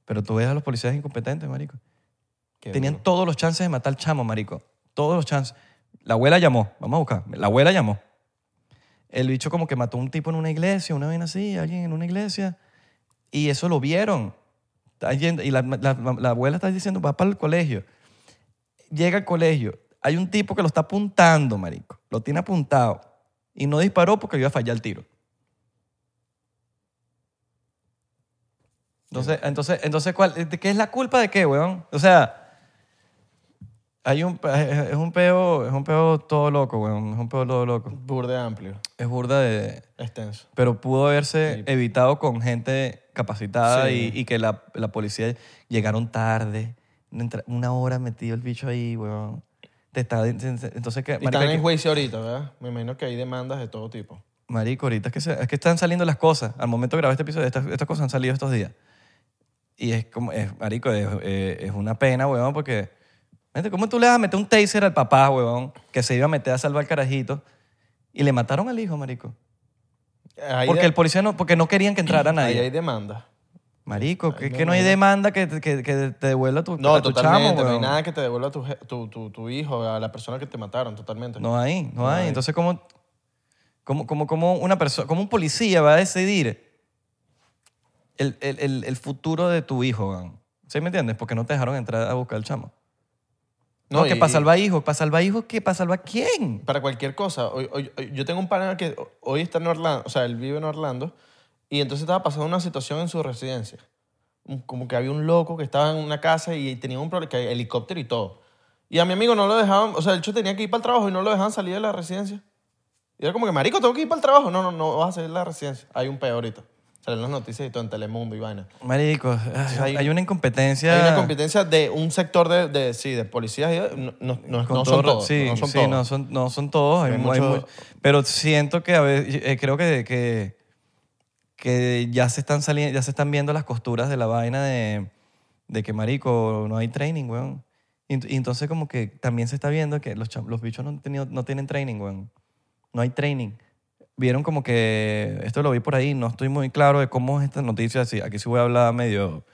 Pero tú ves a los policías incompetentes, marico. Qué Tenían duro. todos los chances de matar al chamo, marico. Todos los chances. La abuela llamó. Vamos a buscar. La abuela llamó. El bicho como que mató a un tipo en una iglesia, una vez así, alguien en una iglesia. Y eso lo vieron. Está yendo- Y la, la- la abuela está diciendo, va para el colegio. Llega al colegio. Hay un tipo que lo está apuntando, marico. Lo tiene apuntado. Y no disparó porque iba a fallar el tiro. Entonces, entonces, entonces ¿cuál, de ¿qué es la culpa de qué, weón? O sea, hay un, es un peo, es un peo todo loco, weón. Es un peo todo loco. Burde amplio, Es burda de... extenso. Pero pudo haberse evitado con gente capacitada Sí. y, y que la, la policía llegaron tarde. no entra- Una hora metido el bicho ahí, weón. Te está, entonces, ¿qué? Y Marica, están en que- juicio ahorita, ¿verdad? Me imagino que hay demandas de todo tipo. Marico, ahorita es que, se- es que están saliendo las cosas. Al momento de grabar este episodio, estas, estas cosas han salido estos días. Y es como, es, marico, es, eh, es una pena, weón, porque... Gente, ¿Cómo tú le vas a meter un taser al papá, weón, que se iba a meter a salvar carajito? Y le mataron al hijo, marico. Ahí Porque de- el policía no, porque no querían que entrara (clears throat) ahí nadie. hay demandas. Marico, que, no, que no hay no. demanda que, que- que te devuelva tu, No, a tu totalmente. chamo, no hay weón. nada que te devuelva tu, je- tu, tu, tu hijo, a la persona que te mataron, totalmente. No hay, no, hay. hay. Entonces, ¿cómo, cómo, cómo, cómo una persona, cómo un policía va a decidir el, el- el- el futuro de tu hijo, weón? ¿Sí me entiendes? Porque no te dejaron entrar a buscar al chamo. No, No, que y- para salvar hijos. ¿Para salvar hijos qué? ¿Para salvar quién? para cualquier cosa. Hoy- hoy- hoy- yo tengo un pana que hoy está en Orlando, o sea, él vive en Orlando, y entonces estaba pasando una situación en su residencia. Un- Como que había un loco que estaba en una casa y tenía un problema, que había helicóptero y todo. Y a mi amigo no lo dejaban, o sea, el chico tenía que ir para el trabajo y no lo dejaban salir de la residencia. Y era como que, marico, tengo que ir para el trabajo. No, no, no vas a salir de la residencia. Hay un peor ahorita. Salen las noticias y todo en Telemundo y vaina. Marico, ay, hay- hay, una incompetencia. Hay una competencia de un sector de, de- sí, de policías. y- No, no- no- con no todo son re- todos. Sí, no son sí, todos. no son, no son todos. hay Hay mu- hay mucho- mu- pero siento que a veces, eh, creo que, que, que ya, se están saliendo, ya se están viendo las costuras de la vaina de, de que, marico, no hay training, weón. Y, ent- y entonces como que también se está viendo que los, cha- los bichos no, han tenido- no tienen training, weón. No hay training. Vieron como que, esto lo vi por ahí, no estoy muy claro de cómo es esta noticia, sí, aquí sí voy a hablar medio,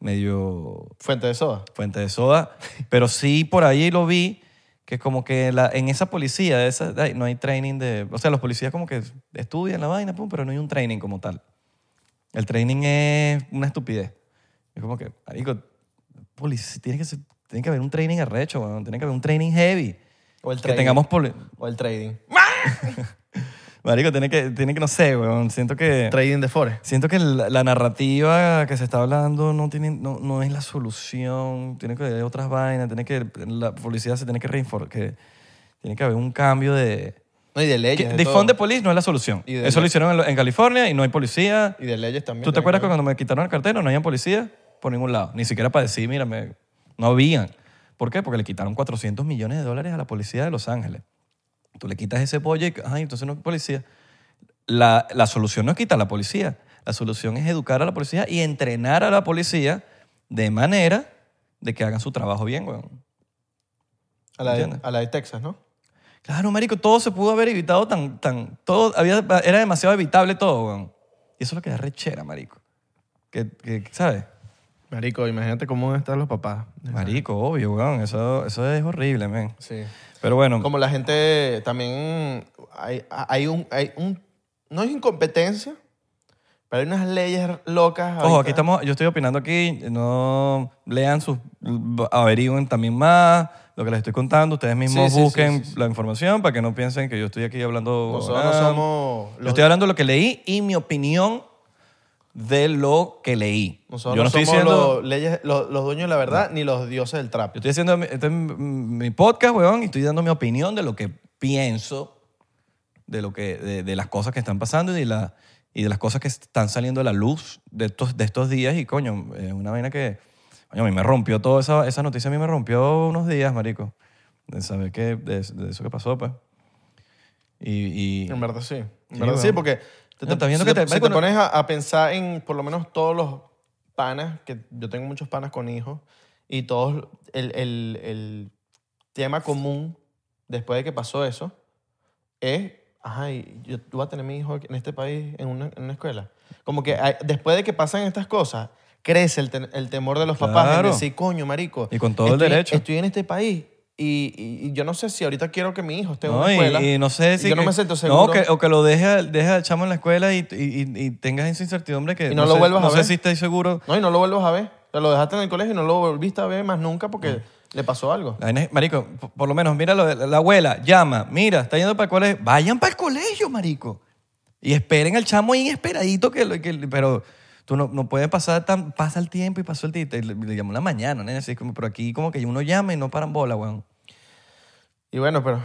medio Fuente de soda. Fuente de Soda, pero sí por ahí lo vi que como que la- en esa policía de esa, ay, no hay training de, o sea, los policías como que estudian la vaina, pum, pero no hay un training como tal. El training es una estupidez. Es como que, marico, polic- tiene que ser- tiene que haber un training arrecho, weón, tiene que haber un training heavy. O el Que trading. tengamos poli- O el trading. Marico, tiene que tiene que no sé, weón, siento que Trading de Forex. Siento que la, la narrativa que se está hablando no, tiene, no, no es la solución. Tiene que haber otras vainas. Tiene que, la policía se tiene que reinformar. Que tiene que haber un cambio de... No, y de que leyes. de todo. defund the police no es la solución. Y de Eso la- lo hicieron en, lo- en California y no hay policía. Y de leyes también. ¿Tú te tiene acuerdas que ver. cuando me quitaron el cartero no había policía por ningún lado? Ni siquiera para decir, mira, me- no habían. ¿Por qué? Porque le quitaron 400 millones de dólares a la policía de Los Ángeles. Tú le quitas ese pollo y ay, entonces no hay policía. La, la solución no es quitar a la policía. La solución es educar a la policía y entrenar a la policía de manera de que hagan su trabajo bien, weón. A la, de, ¿Entiendes? a la de Texas, ¿no? Claro, marico, todo se pudo haber evitado tan... tan todo había, era demasiado evitable todo, weón. Y eso es lo que da rechera, marico. Que, que, ¿Sabes? Marico, imagínate cómo están los papás. Marico, obvio, weón. Eso, eso es horrible, men. Sí. Pero bueno, Como la gente también. Hay, hay, un, hay un. No es incompetencia, pero hay unas leyes locas. ojo, ahorita. aquí estamos, yo estoy opinando aquí, no lean sus, averigüen también más lo que les estoy contando, ustedes mismos Sí, sí, sí, busquen sí, sí. la información para que no piensen que yo estoy aquí hablando... Nosotros no nada. somos. Yo Los, estoy hablando de lo que leí y mi opinión de lo que leí. nosotros no yo no estoy somos diciendo... los, leyes, los, los dueños de la verdad ni los dioses del trap. Yo estoy haciendo mi, este es mi- mi podcast, weón, y estoy dando mi opinión de lo que pienso, de, lo que, de, de las cosas que están pasando y de, la, y de las cosas que están saliendo a la luz de estos, de estos días. Y coño, es una vaina que. Coño, a mí me rompió toda esa, esa noticia, a mí me rompió unos días, marico. De saber que, de, de eso que pasó, pues. Y. y En verdad sí. En Sí, verdad weón. sí, porque te, No, estás viendo si que te- te- si te marico, no- pones a, a pensar en por lo menos todos los panas, que yo tengo muchos panas con hijos, y todos el, el- el tema común después de que pasó eso es, ajá, y yo voy a tener mi hijo aquí en este país, en una, en una escuela. Como que hay- después de que pasan estas cosas, crece el, te- el temor de los papás de Claro. decir, coño, marico. Y con todo el estoy- derecho. Estoy en este país. Y, y- y yo no sé si ahorita quiero que mi hijo esté en No, una y- escuela. y, no sé si. Yo no que- me siento seguro. No, que- o que lo deje, deje al chamo en la escuela y, y- y- y tengas esa incertidumbre que. Y no lo sé- vuelvas a No ver. sé si estás seguro. No, y no lo vuelvas a ver. Te lo dejaste en el colegio y no lo volviste a ver más nunca porque le pasó algo. La vaina es- marico, por, por lo menos, mira, lo de la, la abuela llama, mira, está yendo para el colegio. Vayan para el colegio, marico. Y esperen al chamo ahí esperadito que, lo- que- pero tú no, no puedes pasar tan, pasa el tiempo y pasó el tiempo. Le, le llamó en la mañana, ¿no? Así como, pero aquí como que uno llama y no paran bola, weón. Y bueno, pero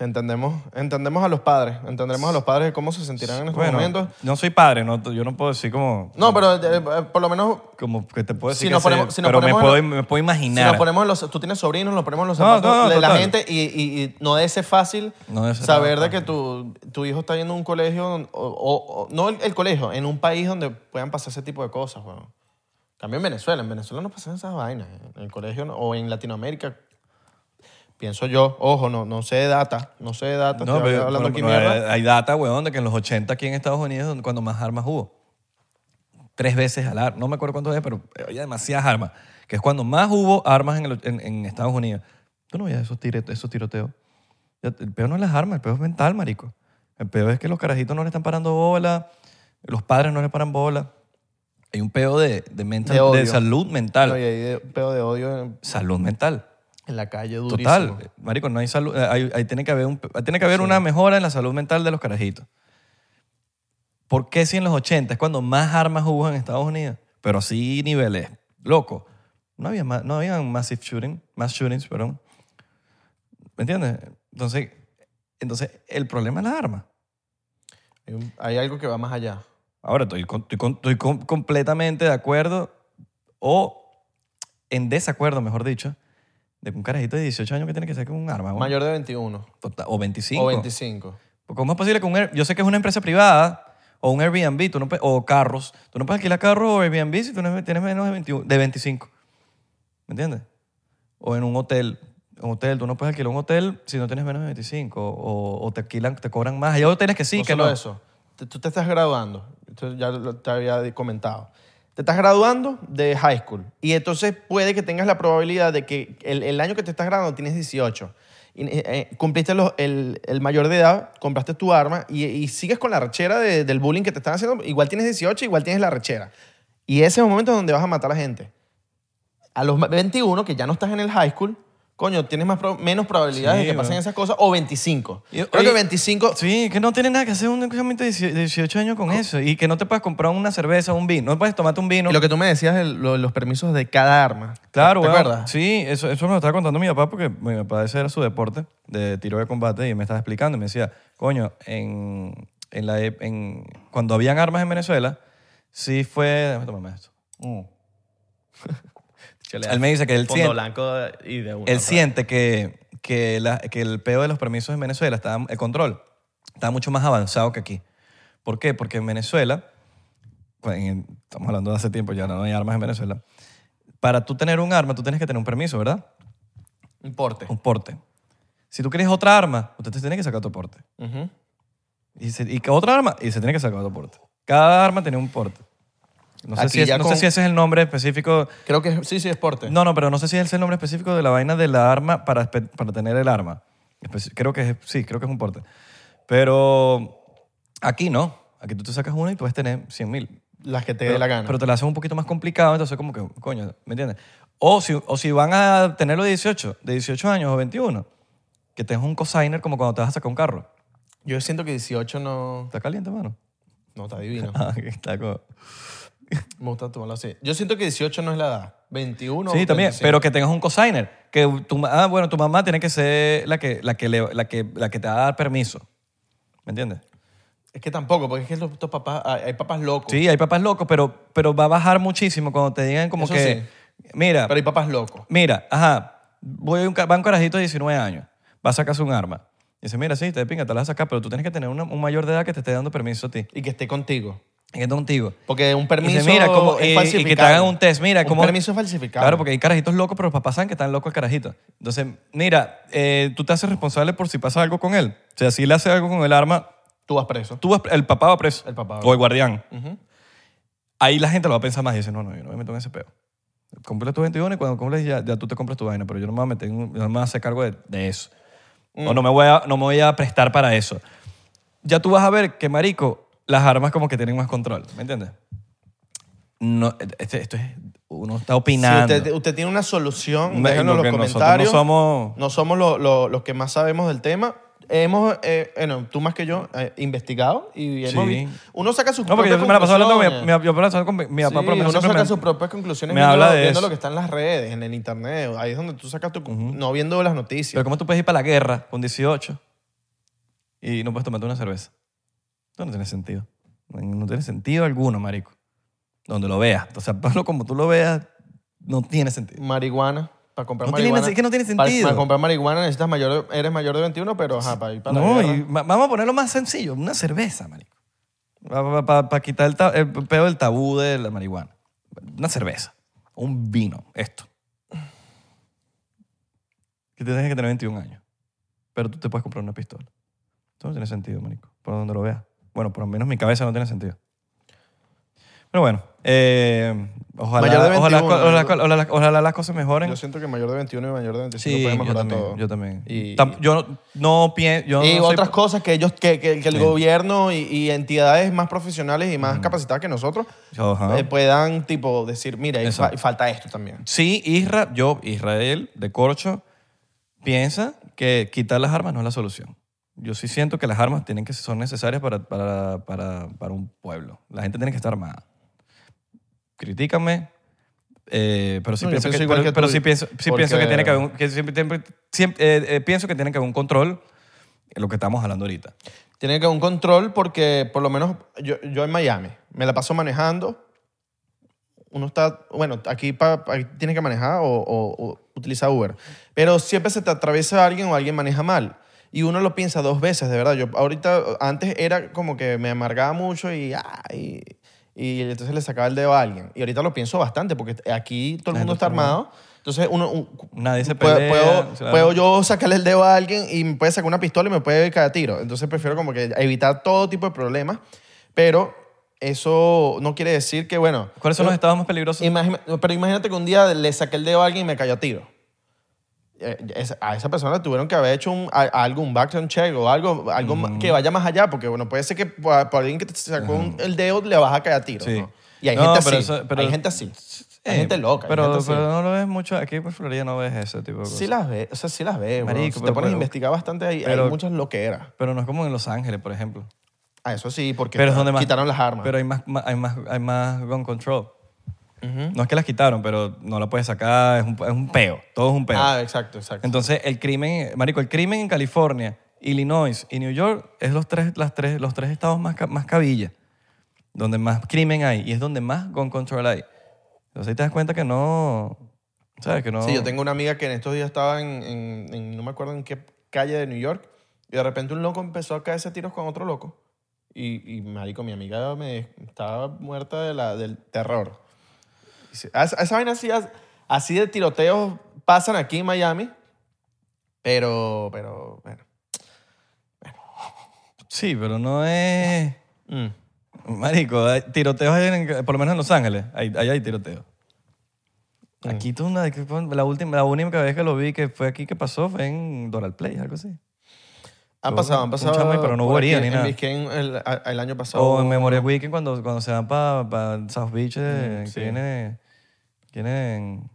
entendemos, entendemos a los padres. Entendemos a los padres de cómo se sentirán en estos Bueno, momentos. no soy padre, no, yo no puedo decir como, No, pero eh, eh, por lo menos como que te puedo Si decir que nos sé, ponemos- si nos pero me, ponemos puedo, en lo- me puedo si imaginar. nos ponemos en los, tú tienes sobrinos, nos ponemos en los No, zapatos no, no, de la total. gente y, y- y no debe ser fácil No debe ser saber nada de que tu, tu hijo está yendo a un colegio, don- o, o- o- no el, el colegio, en un país donde puedan pasar ese tipo de cosas. weón. También en Venezuela, en Venezuela no pasan esas vainas, en el colegio no- o en Latinoamérica. Pienso yo, ojo, no, no sé de data, no sé de data, No, estoy pero- hablando aquí pero- pero mierda. hay- hay data, weón, de que en los 80 aquí en Estados Unidos, donde- cuando más armas hubo, tres veces al ar- no me acuerdo cuántas veces, pero había demasiadas armas, que es cuando más hubo armas en, el- en- en Estados Unidos. Tú no veías esos, tire- esos tiroteos. Ya- El peor no es las armas, el peor es mental, marico. El peor es que los carajitos no le están parando bola, los padres no le paran bola. Hay un pedo de, de mental- De de odio. salud mental. No, y hay de- pedo de odio. Salud mental. En la calle durísimo. Total, marico, no hay salud, eh, hay- ahí tiene que haber, un- tiene que haber una mejora en la salud mental de los carajitos. ¿Por qué si en los 80 es cuando más armas hubo en Estados Unidos? Pero así niveles, loco. No había, ma- no había massive shooting, mass shootings, perdón. ¿Me entiendes? Entonces, entonces el problema es las armas. Hay un- Hay algo que va más allá. Ahora, estoy, con- estoy con- estoy con- completamente de acuerdo o en desacuerdo, mejor dicho, de que un carajito de 18 años que tiene que ser con un arma. weón. Mayor de 21 Total- O 25. o 25. ¿Cómo es posible que un Air- Yo sé que es una empresa privada o un Airbnb tú no pe- o carros. Tú no puedes alquilar carros o Airbnb si tú no tienes menos de, 21 de 25. ¿Me entiendes? O en un hotel. Un hotel, tú no puedes alquilar un hotel si no tienes menos de 25 o, o te alquilan, te cobran más. Hay hoteles que sí, no que solo no. eso. Te- Tú te estás graduando. Esto ya lo- te había comentado. Te estás graduando de high school. Y entonces puede que tengas la probabilidad de que el, el año que te estás graduando tienes 18. Y, eh, eh, cumpliste los- el, el mayor de edad, compraste tu arma y, y sigues con la rechera de- del bullying que te están haciendo. Igual tienes 18, igual tienes la rechera. Y ese es el momento donde vas a matar a la gente. A los 21, que ya no estás en el high school, coño, tienes más prob- menos probabilidades Sí, de que pasen weón. esas cosas. O 25. Y- Creo que oye, 25 Sí, que no tiene nada que hacer un chamico de 18 años con eso y que no te puedes comprar una cerveza o un vino. No puedes tomarte un vino. Y lo que tú me decías, el- lo- los permisos de cada arma. Claro, ¿Te weón. acuerdas? Sí, eso, eso me lo estaba contando mi papá porque mi papá ese era su deporte de tiro de combate y me estaba explicando y me decía, coño, en, en la, ep- en, cuando habían armas en Venezuela, sí fue... Déjame tomarme esto. Uh, Mm. Él me dice que él Fondo siente- blanco y de una. Él siente que, que, la- que el peo de los permisos en Venezuela, estaba, el control, está mucho más avanzado que aquí. ¿Por qué? Porque en Venezuela, pues, en- estamos hablando de hace tiempo, ya no hay armas en Venezuela, para tú tener un arma, tú tienes que tener un permiso, ¿verdad? Un porte. Un porte. Si tú quieres otra arma, usted te tiene que sacar otro porte. Ujú. Y, se- y que otra arma, y se tiene que sacar otro porte. Cada arma tiene un porte. No sé, Aquí si, es- ya no con- sé si ese es el nombre específico. Creo que es- sí, sí, es porte. No, no, pero no sé si es el nombre específico de la vaina de la arma para, espe- para tener el arma. Espe- Creo que es, sí, creo que es un porte. Pero aquí no. Aquí tú te sacas una y puedes tener 100 mil. Las que te dé la gana. Pero te la hacen un poquito más complicado, entonces como que, coño, ¿me entiendes? O si, o si van a tener los 18, de 18 años o 21, que tengas un cosigner como cuando te vas a sacar un carro. Yo siento que 18 no. Está caliente, mano. (laughs) No, está divino. Ah, que está como- Me gusta tomarlo así. Yo siento que 18 no es la edad. 21. sí, también, 25. pero que tengas un cosigner. Que tu, ma- ah, bueno, tu mamá tiene que ser la que, la que, le- la que, la que te va a dar permiso. ¿Me entiendes? Es que tampoco, porque es que los, estos papás. ah, Hay hay papás locos. Sí, hay papás locos, pero, pero va a bajar muchísimo cuando te digan como Eso que, mira, Pero hay papás locos. mira, ajá, voy a un, ca- va un carajito de 19 años, va a sacarse un arma. Dice, mira, sí, te de pinga, te la vas a sacar, pero tú tienes que tener una- un mayor de edad que te esté dando permiso a ti. Y que esté contigo. Y que esté contigo. Porque un permiso. Dice, mira, como, es y, y falsificable. que te hagan un test, mira, Un como... permiso es falsificado. Claro, porque hay carajitos locos, pero los papás saben que están locos el carajito. Entonces, mira, eh, tú te haces responsable por si pasa algo con él. O sea, si le hace algo con el arma, Tú vas preso. tú vas- el papá va preso. El papá va O el guardián. Ahí la gente lo va a pensar más y dice, no, no, yo no me meto en ese peo. Cumple tus 21 y cuando cumples ya, ya tú te compras tu vaina, pero yo no me voy a meter, en- yo no me voy a hacer cargo de, de eso. Mm. O no me, voy a, no me voy a prestar para eso. Ya tú vas a ver que, marico, las armas como que tienen más control, ¿me entiendes? No, este- esto es, uno está opinando. Si usted, usted tiene una solución, Me- déjenos lo este, en que los nosotros comentarios. no somos- no somos lo- lo- los que más sabemos del tema. Hemos, eh, bueno, tú más que yo, eh, investigado y hemos Sí. visto. Uno saca sus no, porque yo propias me la paso hablando con mi, conclusiones. mi- yo me la paso con mi- mi papá, Sí, por lo menos uno siempre saca me- sus propias conclusiones me viendo, habla de viendo eso. lo que está en las redes, en el internet. Ahí es donde tú sacas tu... No viendo las noticias. Pero ¿cómo tú puedes ir para la guerra con 18 y no puedes tomarte una cerveza? Eso no tiene sentido. No tiene sentido alguno, marico. Donde lo veas. O sea, (laughs) Pablo, como tú lo veas, no tiene sentido. marihuana. Para comprar No tiene- marihuana. es que no tiene para- sentido. Para, comprar marihuana necesitas mayor, de- eres mayor de 21, pero ajá, para ir para la No, guerra. y ma- vamos a ponerlo más sencillo. Una cerveza, marico. Para quitar el, ta- eh, el peo del tabú de la marihuana. Una cerveza. Un vino. Esto. Que te tienes que tener 21 años. Pero tú te puedes comprar una pistola. Esto no tiene sentido, marico. Por donde lo veas. Bueno, por lo menos mi cabeza no tiene sentido. Pero bueno, eh, ojalá, Mayor de ojalá, 21, ojalá- ¿no? ojalá- ojalá las cosas mejoren. Yo siento que mayor de 21 y mayor de 25 sí, podemos yo mejorar también, todo. yo también. Y- Tamp- yo no, no pienso... Yo y no soy- otras cosas que ellos que, que- que el Sí. gobierno y, y entidades más profesionales y más capacitadas que nosotros Ajá. eh, puedan tipo decir mira ahí fa- Ah. Exacto. falta esto también Sí, Isra, yo, Israel, de Corcho, piensa que quitar las armas no es la solución. Yo sí siento que las armas tienen que, son necesarias para, para, para, para un pueblo. La gente tiene que estar armada. Critícame, eh, pero sí No, yo pienso, pienso que, igual pero, que pero tú, sí pienso, sí pienso que porque- tiene que haber un, que siempre- siempre- siempre- eh, eh, pienso que tiene que haber un control en lo que estamos hablando ahorita. Tiene que haber un control porque por lo menos yo, yo en Miami me la paso manejando. Uno está, bueno, aquí, pa- aquí tienes que manejar o, o- o utiliza Uber. Pero siempre se te atraviesa alguien o alguien maneja mal. Y uno lo piensa dos veces, de verdad. Yo ahorita, antes era como que me amargaba mucho y, ah, y, y entonces le sacaba el dedo a alguien. Y ahorita lo pienso bastante porque aquí todo el La mundo gente está está armada. armado. Entonces uno... un- Nadie se Puedo, pelea. puedo- o sea, puedo yo sacarle el dedo a alguien y me puede sacar una pistola y me puede caer a tiro. Entonces prefiero como que evitar todo tipo de problemas. Pero eso no quiere decir que, bueno... eh, ¿Cuáles son los estados más peligrosos? imagina- pero imagínate que un día le saqué el dedo a alguien y me cayó a tiro. Eh, esa- A esa persona le tuvieron que haber hecho un, a- algo, un background check o algo, algo ma- que vaya más allá, porque bueno, puede ser que por, por alguien que te sacó un- el dedo le vas a caer a tiro. Sí. ¿no? Y hay, No, gente, pero así, eso- pero- hay gente así. Hay Eh, gente loca. hay Pero, gente así. pero no lo ves mucho. Aquí por Florida no ves ese tipo de cosas. Sí las ves, o sea, sí las ves, bro. Marico, Si te pero- pones a pero- investigar bastante, hay, hay pero- muchas loqueras. Pero no es como en Los Ángeles, por ejemplo. Ah, eso sí, porque Pero es donde más- quitaron las armas. Pero hay más, ma- hay más, hay más gun control. No es que las quitaron, pero no la puedes sacar. Es un, es un peo. Todo es un peo. ah, exacto, exacto. Entonces, el crimen, marico, el crimen en California, Illinois y New York es los tres, las tres, los tres estados más, ca- más cabilla, donde más crimen hay y es donde más gun control hay. Entonces, ahí te das cuenta que no, ¿sabes? Que no... Sí, yo tengo una amiga que en estos días estaba en, en- en- no me acuerdo en qué calle de New York, y de repente un loco empezó a caerse a tiros con otro loco. Y, y marico, mi amiga me estaba muerta de la, del terror. Y se- a- a Esa vaina así, as- así de tiroteos pasan aquí en Miami, pero, pero, bueno. Sí, pero no es... Mm. Marico, hay tiroteos hay en- por lo menos en Los Ángeles, hay- ahí hay, tiroteos. Mm. Aquí tú, una- la, última, la única vez que lo vi que fue aquí que pasó fue en Doral Play, algo así. Han Hubo pasado, han un pasado. chamo ahí, pero no hubo por aquí herida ni en nada. Oh, Biscayne el, a- el año pasado. O en hubo- Memorial Weekend cuando, cuando se van para South Beach, eh, Mm, que sí. viene, que vienen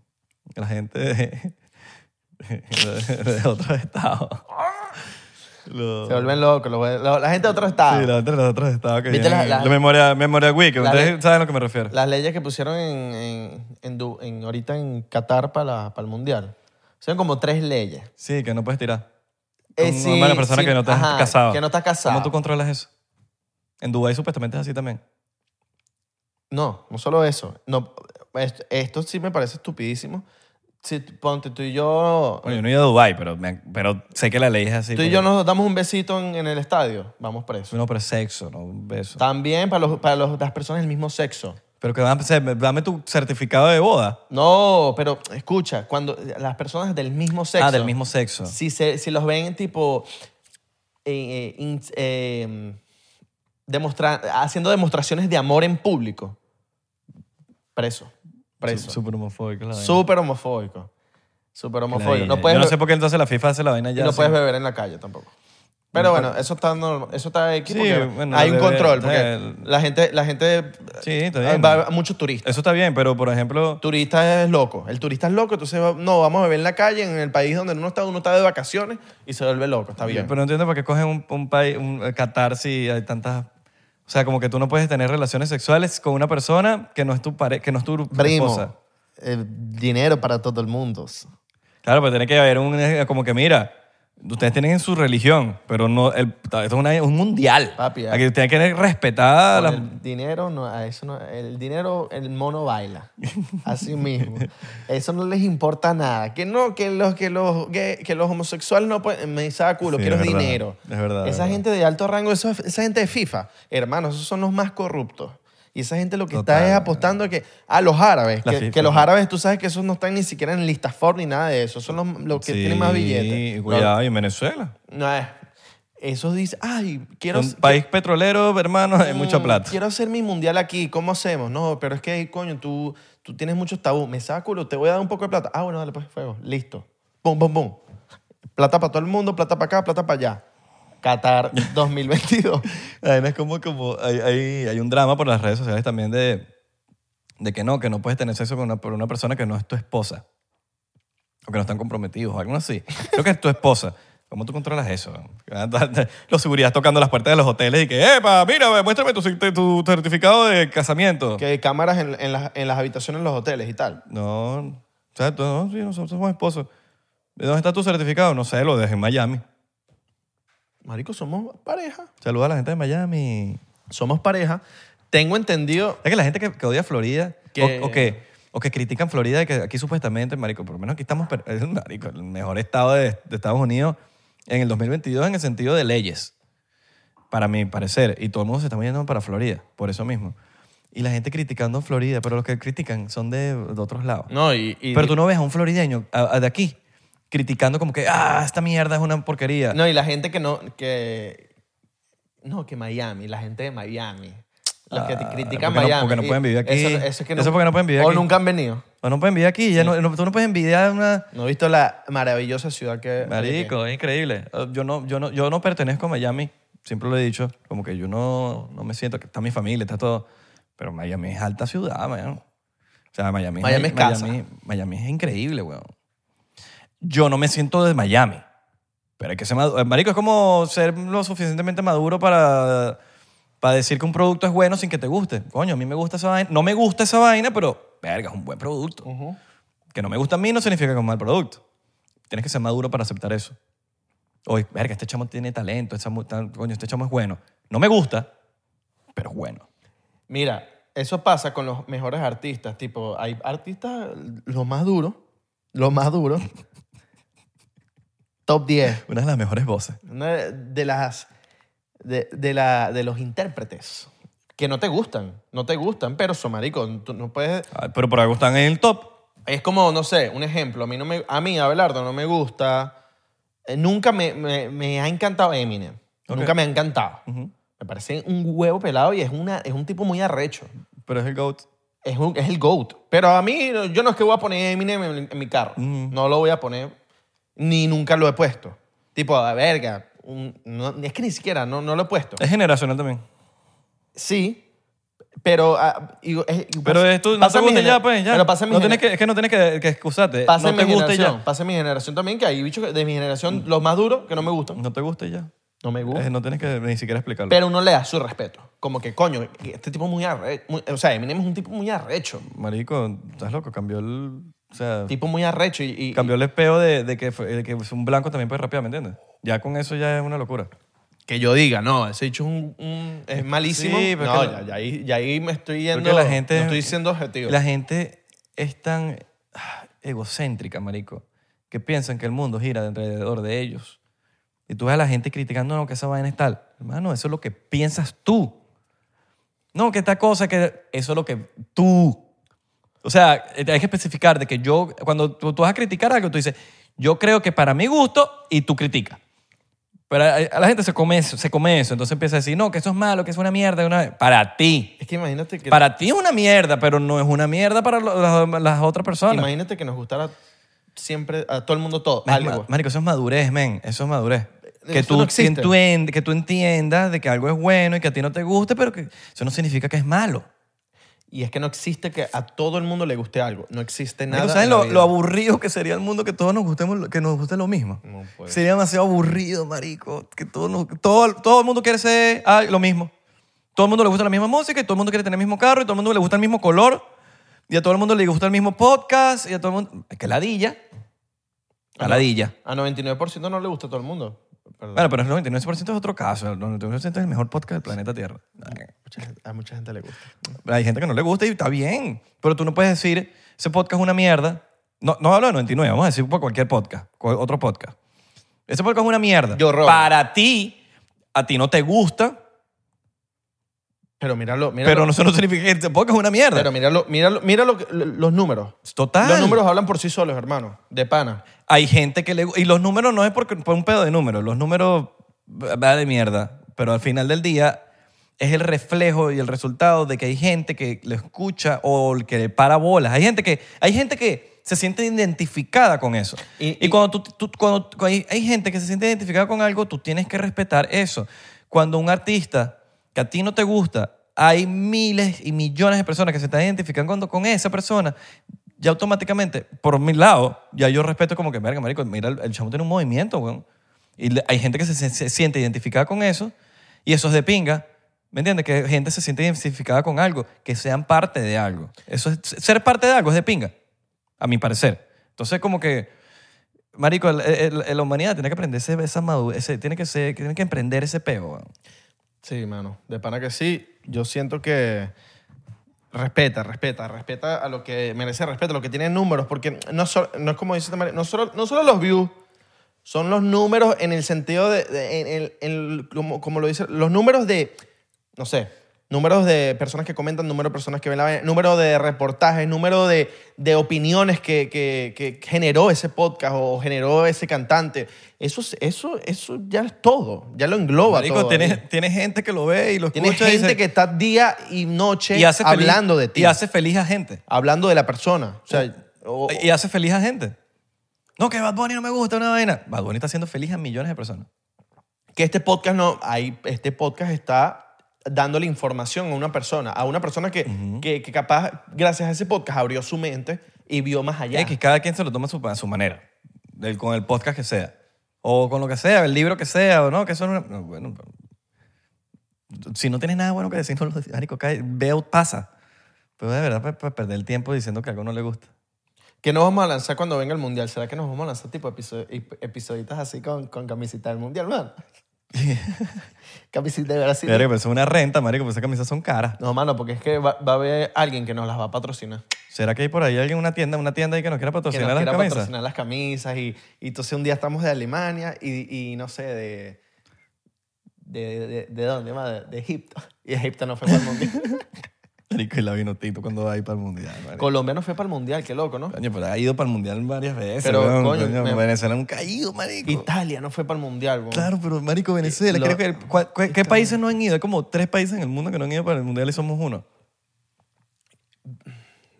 la gente de, de- de otros estados. Los- Se vuelven locos. los- los- la gente de otro estado. Sí, la gente de los otros estados que ¿Viste vienen. la- la- de Memorial, Memorial Weekend, la- ustedes saben a lo que me refiero. Las leyes que pusieron en, en, en Du- en- ahorita en Qatar para, la- para el Mundial. Son como tres leyes. sí, que no puedes tirar. Eh, Con sí, una mala persona sí, que no estás ajá, casado. Que no estás casado. ¿Cómo tú controlas eso? En Dubái supuestamente es así también. No, no solo eso. No, esto, esto sí me parece estupidísimo. Si tú- ponte tú y yo... Bueno, yo no he ido a Dubái, pero, me- pero sé que la ley es así. tú y porque- yo nos damos un besito en, en el estadio. Vamos presos. No, pero es sexo, no un beso. También para, los, para los- las personas del mismo sexo. Pero que dame, dame tu certificado de boda. No, pero escucha, cuando las personas del mismo sexo... Ah, del mismo sexo. si, se, si los ven tipo eh, eh, in- eh, demostra- haciendo demostraciones de amor en público. Preso. Preso. Su- Súper homofóbico la vaina. Súper homofóbico. Súper La homofóbico. vaina. No puedes, Yo no be- sé por qué entonces la FIFA hace la vaina y ya. no así. puedes beber en la calle tampoco. Pero bueno, eso está normal, eso está aquí Sí, porque bueno, hay un beber, control porque eh, la gente la gente Sí, está bien. va a muchos turistas. Eso está bien, pero por ejemplo, turista es loco. El turista es loco, entonces va- no, vamos a beber en la calle en el país donde uno está, uno está de vacaciones y se vuelve loco, está bien. pero no entiendo por qué cogen un, un país, un eh, Qatar, si hay tantas. O sea, como que tú no puedes tener relaciones sexuales con una persona que no es tu pare, que no es tu tu esposa. Primo, eh, dinero para todo el mundo. Claro, pero tiene que haber un. eh, Como que mira, ustedes tienen su religión, pero no. el- esto es una- un mundial. Papi, ya. Aquí ustedes tienen que Con respetar. las- el dinero, no, a eso no- el dinero, el mono baila. Así mismo. Eso no les importa nada. Que no, que los, que los, que, que los homosexuales no pueden. Me saca culo, Sí, quiero es verdad, dinero. es verdad, es Esa verdad. gente de alto rango, eso- esa gente de FIFA, hermanos, esos son los más corruptos. Y esa gente lo que Total. está es apostando a que a los árabes, La que, FIFA, que los ajá. árabes tú sabes que esos no están ni siquiera en listas Ford ni nada de eso, son los, los que tienen más Sí, billetes. Cuidado, y en Venezuela. No es. Esos dicen, ay, quiero. un país petrolero, hermano, hay mucha mm, plata. Quiero hacer mi mundial aquí, ¿cómo hacemos? No, pero es que, coño, tú, tú tienes muchos tabú. Me saco, culo, te voy a dar un poco de plata. Ah, bueno, dale, pues, fuego. Listo. Bum, bum, bum. Plata para todo el mundo, plata para acá, plata para allá. Qatar (laughs) 2022. La vaina es como, como hay, hay- hay un drama por las redes sociales también de, de que no, que no puedes tener sexo con una, por una persona que no es tu esposa. porque no están comprometidos o algo así. Creo que es tu esposa. ¿Cómo tú controlas eso? (laughs) Los seguridad tocando las puertas de los hoteles y que, ¡epa! Mira, muéstrame tu, cert- tu certificado de casamiento. Que hay cámaras en, en las, en las habitaciones de los hoteles y tal. No, o sea, tú- no, sí, nosotros somos esposos. ¿De dónde está tu certificado? No sé, lo dejé en Miami. Marico, somos pareja. Saluda a la gente de Miami. Somos pareja. Tengo entendido. Es que la gente que, que odia Florida Que- O, o que, o que critican Florida y que aquí supuestamente, marico, por lo menos aquí estamos, per- es marico, el mejor estado de, de Estados Unidos en el 2022 en el sentido de leyes, para mi parecer. Y todo el mundo se está yendo para Florida, por eso mismo. Y la gente criticando Florida, pero los que critican son de, de otros lados. No, y. Mm, y- pero tú no ves a un florideño a- a de aquí criticando como que, ah, esta mierda es una porquería. No, y la gente que no. Que, no, que Miami, la gente de Miami. Los que te Ah, critican porque no- Miami. porque no y pueden vivir aquí. Eso, eso es que Eso porque no pueden vivir o aquí. nunca han venido. No, no pueden vivir aquí, ya no- no- tú no puedes envidiar una... No he visto la maravillosa ciudad que. Marico, es increíble. Uh, Yo no, yo, no, yo no pertenezco a Miami, siempre lo he dicho, como que yo no, no me siento, que está mi familia, está todo. Pero Miami es alta ciudad, weón. O sea, Miami, Miami es casa. Miami, Miami es increíble, weón. Yo no me siento de Miami. Pero hay que ser maduro. Marico, es como ser lo suficientemente maduro para, para decir que un producto es bueno sin que te guste. Coño, a mí me gusta esa vaina. No me gusta esa vaina, pero, verga, es un buen producto. Que no me gusta a mí no significa que es un mal producto. Tienes que ser maduro para aceptar eso. Oye, verga, este chamo tiene talento, este chamo, tal- coño, este chamo es bueno. No me gusta, pero es bueno. Mira, eso pasa con los mejores artistas. Tipo, hay artistas, los más duros, los más (laughs) duros, top 10, Una de las mejores voces. una de las, de, de la, de los intérpretes que no te gustan, no te gustan, pero son maricos. Tú no puedes... Ah, Pero por algo están en el top. Es como, no sé, un ejemplo. A mí, no me, a mí Abelardo, no me gusta. Eh, Nunca me, me- me ha encantado Eminem. Ok. Nunca me ha encantado. Me parece un huevo pelado y es, una, es un tipo muy arrecho. Pero es el GOAT. Es, un- es el GOAT. Pero a mí, no- yo no es que voy a poner Eminem en, en mi carro. No lo voy a poner, ni nunca lo he puesto. Tipo, a verga. un- no- es que ni siquiera, no, no lo he puesto. Es generacional también. Sí, pero... ah, y- es- y Pero pasa- esto no pasa te mi gusta gener- ya, pues, ya. Pero pasa mi no tienes gener- que, es que no tienes que, que excusarte. Pasa no en te mi gusta y generación. ya. Pasa en mi generación también, que hay bichos que- de mi generación, los más duros, que no me gustan. No te gusta y ya. No me Eh, gustan. No tienes que ni siquiera explicarlo. Uh. Pero uno le da su respeto. Como que, coño, este tipo muy arrecho. o sea, Eminem es un tipo muy arrecho. Marico, estás loco, cambió el... O sea, Tipo muy arrecho y... y- cambió el espeo de, de que, fue- de que un blanco también puede rapear, ¿me entiendes? Ya con eso ya es una locura. que yo diga, no, ese dicho es, un, un- es malísimo. Sí, pero no, que- ya, ya ahí, ya ahí me estoy yendo. Porque la gente... no estoy siendo objetivo. La gente es tan ah, egocéntrica, marico, que piensan que el mundo gira alrededor de ellos. Y tú ves a la gente criticando, no, que esa vaina es tal. Hermano, eso es lo que piensas tú. No, que esta cosa, que eso es lo que tú. O sea, eh, hay que especificar de que yo, cuando tú, tú vas a criticar algo, tú dices, yo creo que para mi gusto, y tú criticas. Pero a, a la gente se come eso, se come eso. Entonces empieza a decir, no, que eso es malo, que eso es una mierda. Una... Para ti. es que imagínate que, Para ti es una mierda, pero no es una mierda para lo- las, las otras personas. imagínate que nos gustara siempre a todo el mundo todo. Ma- algo. Marico, eso es madurez, men. Eso es madurez. Que Eso tú, no que, existe. tú en- que tú entiendas de que algo es bueno y que a ti no te guste, pero que eso no significa que es malo. Y es que no existe que a todo el mundo le guste algo. No existe nada. Marico, ¿Sabes en la lo, vida. lo aburrido que sería el mundo que todos nos gustemos, lo- que nos guste lo mismo? No puede. sería demasiado aburrido, marico. Que todo, nos- todo, todo el mundo quiere ser ah, lo mismo. Todo el mundo le gusta la misma música y todo el mundo quiere tener el mismo carro y todo el mundo le gusta el mismo color y a todo el mundo le gusta el mismo podcast y a todo el mundo... Es que ladilla. A ladilla. A 99% no le gusta a todo el mundo. Perdón. Bueno, pero el 99% es otro caso. El 99% es el mejor podcast del planeta Tierra. Mucha gente- a mucha gente le gusta. Hay gente que no le gusta y está bien. Pero tú no puedes decir, ese podcast es una mierda. No, no hablo de 99, vamos a decir por cualquier podcast, cual- otro podcast. Ese podcast es una mierda. Yo, Robert. Para ti, a ti no te gusta, Pero míralo, míralo. pero no- eso no significa que ese podcast es una mierda. Pero míralo, míralo, míralo, que- los números. Total. Los números hablan por sí solos, hermano. De pana. Hay gente que le gu- Y los números no es porque- por, un pedo de números. Los números va de mierda. Pero al final del día es el reflejo y el resultado de que hay gente que lo escucha o el que le para bolas. Hay gente que, hay gente que se siente identificada con eso. Y, Y- y- cuando, tú, tú- cuando tú- hay, hay gente que se siente identificada con algo, tú tienes que respetar eso. Cuando un artista que a ti no te gusta, hay miles y millones de personas que se están identificando con, con esa persona, ya automáticamente, por mi lado, ya yo respeto como que, verga, marico, mira, el, el chamo tiene un movimiento, weón. Y le- hay gente que se, se- se siente identificada con eso y eso es de pinga. ¿Me entiendes? Que gente se siente identificada con algo, que sean parte de algo. Eso es, ser parte de algo es de pinga, a mi parecer. Entonces, como que, marico, el- el- el- la humanidad tiene que aprenderse esa madurez, ese- tiene que, ser, tiene que emprender ese peo, weón. Sí, mano. De pana que sí. Yo siento que respeta, respeta, respeta a lo que merece respeto, a lo que tiene números, porque no, so- no es como dice Tamara, no solo, no solo los views, son los números en el sentido de, de- en, en- en- como, como lo dice, los números de, no sé, números de personas que comentan, número de personas que ven la vaina, número de reportajes, número de, de opiniones que, que- que generó ese podcast o generó ese cantante. Eso, es- eso, eso ya es todo, ya lo engloba Marico, todo. ahí. tiene, tiene gente que lo ve y lo Tienes escucha y gente dice- que está día y noche y hace feliz- hablando de ti, Y hace feliz a gente. hablando de la persona. O sea, o- Y hace feliz a gente. No, que Bad Bunny no me gusta, una vaina. Bad Bunny está haciendo feliz a millones de personas. que este podcast no, ahí, este podcast está dándole información a una persona, a una persona que, que, que capaz, gracias a ese podcast, abrió su mente y vio más allá. Es que cada quien se lo toma a su, a su manera. Del- con el podcast que sea. O con lo que sea, el libro que sea, o no, que eso no- no, bueno, pero- si no tienes nada bueno que decir, no lo marico, cae, veo, pasa. Pero de verdad, para perder el tiempo diciendo que algo no le gusta. ¿Qué nos vamos a lanzar cuando venga el mundial? ¿Será que nos vamos a lanzar tipo episo- ep- episoditas así con, con camisita del mundial, (laughs) man? camisita de Brasil. Verga, pero eso es una renta, marico, porque esas camisas son caras. No, mano, porque es que va, va a haber alguien que nos las va a patrocinar. ¿Será que hay por ahí alguien, una tienda, una tienda ahí que nos quiera que patrocinar nos las quiera camisas? patrocinar las camisas y, y entonces un día estamos de Alemania y, y no sé, de... ¿De, de, de dónde más? De, de Egipto. Y Egipto no (laughs) fue para el Mundial. Marico, y la vino Tito cuando va a ir para el mundial. marico. Colombia no fue para el Mundial, qué loco, ¿no? Coño, pero ha ido para el mundial varias veces. Pero, weón. coño, me- Venezuela nunca ha ido, marico. Italia no fue para el Mundial, weón. Claro, pero marico, Venezuela. Lo- creo que el- ¿cuál- cuál- ¿Qué países no han ido? Hay como tres países en el mundo que no han ido para el mundial y somos uno.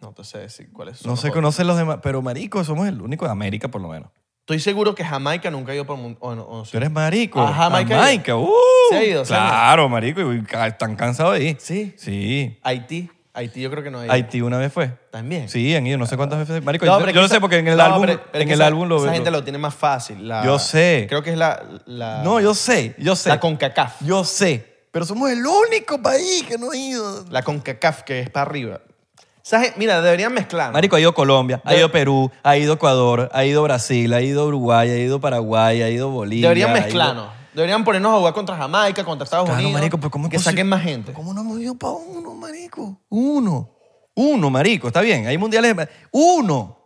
No te sé decir cuáles son. No se los conocen los demás, pero marico, somos el único de América por lo menos. otros. Estoy seguro que Jamaica nunca ha ido para el Mundial. Tú eres marico. Ah, Jamaica. ¡uh! Se ha ido, se ha ido. Claro, marico. y ca- Están cansados de ir. Sí. Sí. Haití. Haití yo creo que no ha ido. Haití una vez fue. También. Sí, han ido no sé cuántas veces. Marico, No, yo, pero yo lo quizá- sé porque en el no, álbum, pero- pero en que el esa- álbum lo Esa veo. gente lo tiene más fácil. la- Yo sé. Creo que es la... la No, yo sé, yo sé. La CONCACAF. Yo sé. Pero somos el único país que no ha ido. La CONCACAF, que es para arriba. Esa gen- Mira, deberían mezclar. Marico, ha ido Colombia, ha ido Perú, ha ido Ecuador, ha ido Brasil, ha ido Uruguay, ha ido Paraguay, ha ido Bolivia. deberían ha ido- mezclarnos. Deberían ponernos a jugar contra Jamaica, contra Estados Claro, Unidos. marico, pero ¿cómo es que posible? saquen más gente. ¿Cómo no hemos ido para uno, marico? Uno. Uno, marico, está bien. Hay mundiales. de- Uno.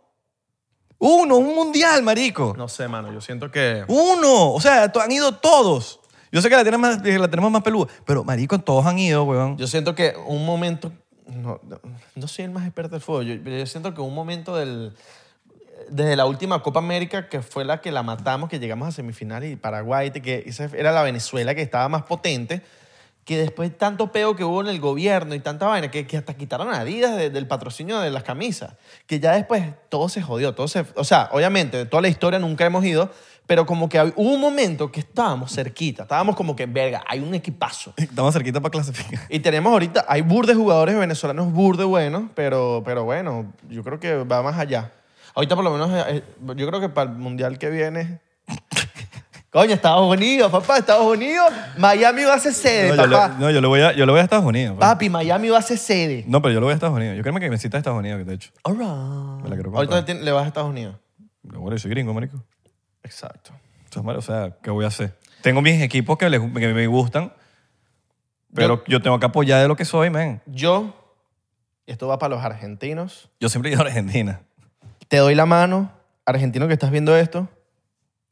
Uno, un mundial, marico. No sé, mano. Yo siento que. Uno. O sea, to- han ido todos. Yo sé que la tenemos más, la tenemos más peluda, pero marico, todos han ido, weón. (laughs) Yo siento que un momento. No, no- no soy el más experto del fútbol. Yo, yo siento que un momento del. Desde la última Copa América, que fue la que la matamos, que llegamos a semifinal y Paraguay, te- que esa era la Venezuela que estaba más potente, que después de tanto peo que hubo en el gobierno y tanta vaina, que, que hasta quitaron a Adidas de- del patrocinio de las camisas, que ya después todo se jodió, todo se, o sea, obviamente, de toda la historia nunca hemos ido, pero como que hab- hubo un momento que estábamos cerquita, estábamos como que, verga, hay un equipazo. Estamos cerquita para clasificar. Y tenemos ahorita, hay burde jugadores venezolanos burde buenos, pero, pero bueno, yo creo que va más allá. Ahorita por lo menos, eh, eh, yo creo que para el mundial que viene. (laughs) Coño, Estados Unidos, papá, Estados Unidos. Miami va a ser sede, No, yo, Eh, papá. le, no, yo le voy a, yo le voy a Estados Unidos. weón. Papi, Miami va a ser sede. No, pero yo lo voy a Estados Unidos. Yo creo que me cita a Estados Unidos, que de hecho. All right. Me la quiero comprar. Ahorita tien- le vas a Estados Unidos. Bueno, yo soy gringo, marico. Exacto. O sea, mar- o sea, ¿qué voy a hacer? Tengo mis equipos que, les- que me gustan, pero yo, tengo que apoyar de lo que soy, man. Yo, y esto va para los argentinos. Yo siempre he ido a Argentina. Te doy la mano, argentino que estás viendo esto.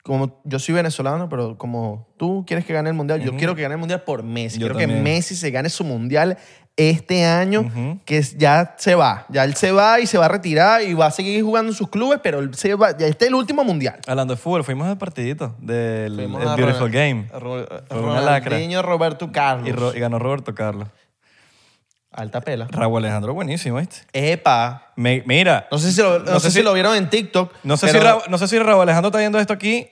Como yo soy venezolano, pero como tú quieres que gane el mundial, yo quiero que gane el mundial por Messi. Yo quiero que también. Messi se gane su mundial este año, que es- ya se va. Ya él se va y se va a retirar y va a seguir jugando en sus clubes, pero él se va. Ya este es el último mundial. Hablando de fútbol, fuimos al partidito del el Fuimos a Beautiful Ronald- Game. a Ro- a Fue una lacra. Ronaldinho, Roberto Carlos. Y, Ro- y ganó Roberto Carlos. Alta pela. Raúl Alejandro, buenísimo, ¿viste? Epa. Me- mira, No sé si lo, no No sé sé si si- lo vieron en TikTok. no sé, pero- si Raúl, no sé si Raúl Alejandro está viendo esto aquí.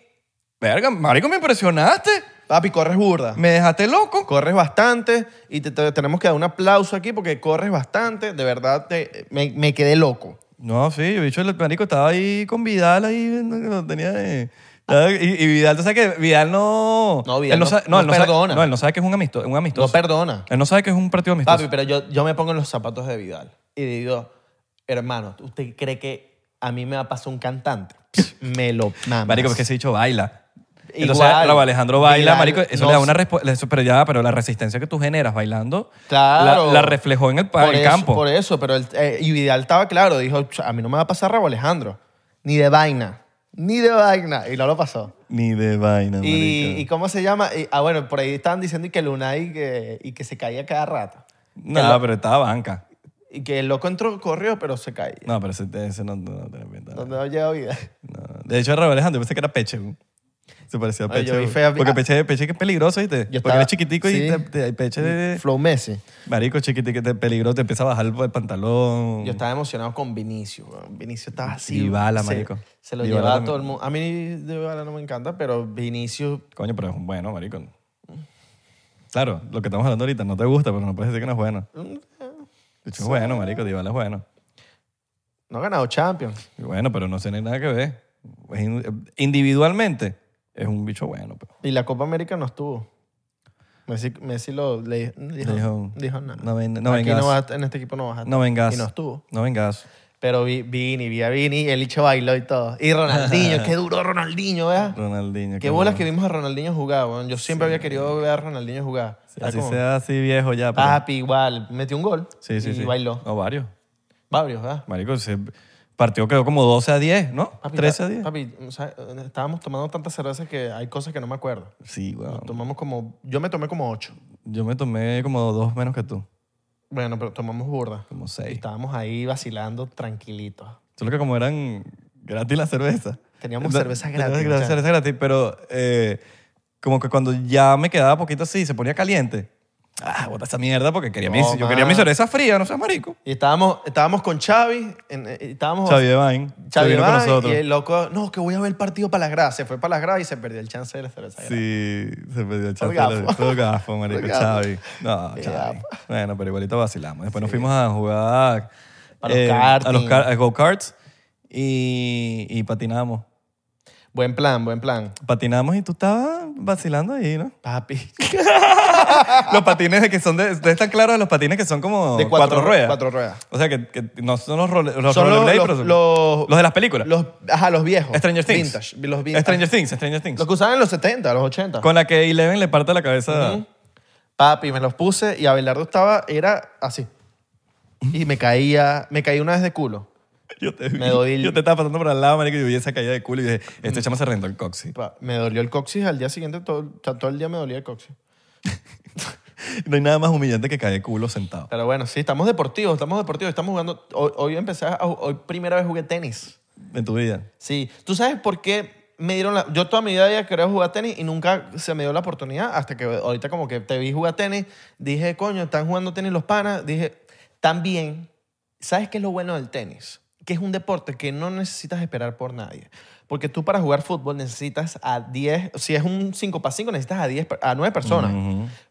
Verga, marico, me impresionaste. Papi, corres burda. Me dejaste loco. Corres bastante y te, te- tenemos que dar un aplauso aquí porque corres bastante. De verdad, te- me, me quedé loco. No, sí, el bicho, el marico estaba ahí con Vidal, ahí no, no tenía... eh, estaba- y, y Vidal, tú sabes que Vidal no... No, Vidal él no- sabe- no él sabe- perdona. no, él no sabe que es un amistoso. Un amistoso. No perdona. Él no sabe que es un partido amistoso. Papi, pero yo, yo me pongo en los zapatos de Vidal y digo, hermano, ¿usted cree que a mí me va a pasar un (laughs) cantante? me lo mamas. Marico, porque ese dicho baila. Entonces, Igual. Raúl Alejandro baila, Vidal, marico, eso no le da sé. una respuesta, pero ya, pero la resistencia que tú generas bailando, Claro. la, la reflejó en el, pa- Por el eso- campo. Por eso, pero el, eh, y Vidal estaba claro, dijo, "Ch- a mí no me va a pasar Rabo Alejandro, ni de vaina, ni de vaina, y no lo pasó. Ni de vaina, Y, ¿y cómo se llama? Y- ah, bueno, por ahí estaban diciendo y que Lunay que, y que se caía cada rato. No, pero estaba banca. Y que el loco entró, corrió, pero se caía. No, pero ese, ese no, no, no tenía pinta. Donde no llega vida. No. De hecho, Raúl Alejandro, yo pensé que era Peche. güey. Se parecía a Ay, Peche. yo vi güey. fea- Porque ah. Peche, Peche que es peligroso, ¿viste? Yo Porque estaba- eres chiquitico sí. y te, te- Peche, de- Flow Messi. marico, chiquitico, te peligroso, te empieza a bajar el pantalón. Yo estaba emocionado con Vinicio. weón. Vinicio estaba así. Dybala, se- marico. Se lo Dybala llevaba a también. todo el mundo. A mí Dybala no me encanta, pero Vinicio... Coño, pero es un bueno, marico. Claro, lo que estamos hablando ahorita no te gusta, pero no puedes decir que no es bueno. De hecho, es bueno, marico, Dybala es bueno. No ha ganado Champions. Y Bueno, pero no tiene nada que ver. Es in- individualmente es un bicho bueno. pues. Y la Copa América no estuvo. Messi, Messi lo, le, dijo, Le dijo, dijo nada. "No ven- no Ah, Aquí vengas". no vas- en este equipo no vas a- No vengas. Y no estuvo. No vengas. Pero vi, Vini, vi a Vini, el hecho bailó y todo. Y (laughs) Ronaldinho, qué duro Ronaldinho, ¿verdad? Ronaldinho. Qué bolas que vimos a Ronaldinho jugar, weón. Yo siempre había querido ver a Ronaldinho jugar. Era Así como, sea así viejo ya. pero- Papi, igual. Metió un gol sí, sí, y sí. bailó. O varios. Varios, ¿verdad? Marico, ese partido quedó como 12 a 10, ¿no? Papi, 13 ta- a 10. Papi, o sea, estábamos tomando tantas cervezas que hay cosas que no me acuerdo. Sí, weón. Tomamos como... Yo me tomé como ocho. Yo me tomé como dos menos que tú. Bueno, pero tomamos burda. Como Y seis. estábamos ahí vacilando tranquilitos. Solo que como eran gratis las cervezas. Teníamos No, cervezas teníamos gratis, gra- muchachos. cervezas gratis, pero eh, como que cuando ya me quedaba poquito así, se ponía caliente. Ah, bota esa mierda porque quería mi, No, yo quería mi mano. cerveza fría, no seas marico. Y estábamos, estábamos con Xavi, en- eh, estábamos... Xavi Evine. se Xavi vino Iván, con nosotros. y el loco, no, que voy a ver el partido para las gradas. Se fue para las gradas y se perdió el chance de la cerveza. gratis. Sí, se perdió el Todo chance. de gafo. la- Todo gafo, marico, Todo gafo. Xavi. No, Qué Xavi. gafo. Bueno, pero igualito vacilamos. Después nos fuimos a jugar eh, A los a los karting. car- a go-karts y, y patinamos. Buen plan, buen plan. Patinamos y tú estabas vacilando ahí, (laughs) ¿no? Papi. los patines de que son de. ¿Ustedes están claros de los patines que son como De cuatro, cuatro- ruedas? cuatro ruedas. O sea, que, que no son los, role- los Son los- rollerblades, los- pero son- los- los de las películas. Los, ajá, los viejos. Stranger Things. Vintage. Los vintage. Stranger Things, Stranger Things. Los que usaban en los 70, los 80. Con la que Eleven le parte la cabeza. Papi, me los puse y Abelardo estaba, era así. Y me caía, me caí una vez de culo. (laughs) Yo te vi. Me doy el- Yo te estaba pasando por al lado, marico, y yo vi esa caída de culo y dije, este chama se rentó el coxi. Pa- Me dolió el coxis al día siguiente, todo, o sea, todo el día me dolía el coxis. No hay nada más humillante que caer de culo sentado. Pero bueno, sí, estamos deportivos, estamos deportivos, estamos jugando. Hoy, hoy empecé, a, hoy primera vez jugué tenis. En tu vida. Sí, ¿tú sabes por qué me dieron la... Yo toda mi vida había querido jugar tenis y nunca se me dio la oportunidad hasta que ahorita como que te vi jugar tenis, dije, coño, están jugando tenis los panas, dije, también, ¿sabes qué es lo bueno del tenis? Que es un deporte que no necesitas esperar por nadie. Porque tú para jugar fútbol necesitas a 10, si es un 5 para 5 necesitas a 10, per- a 9 personas.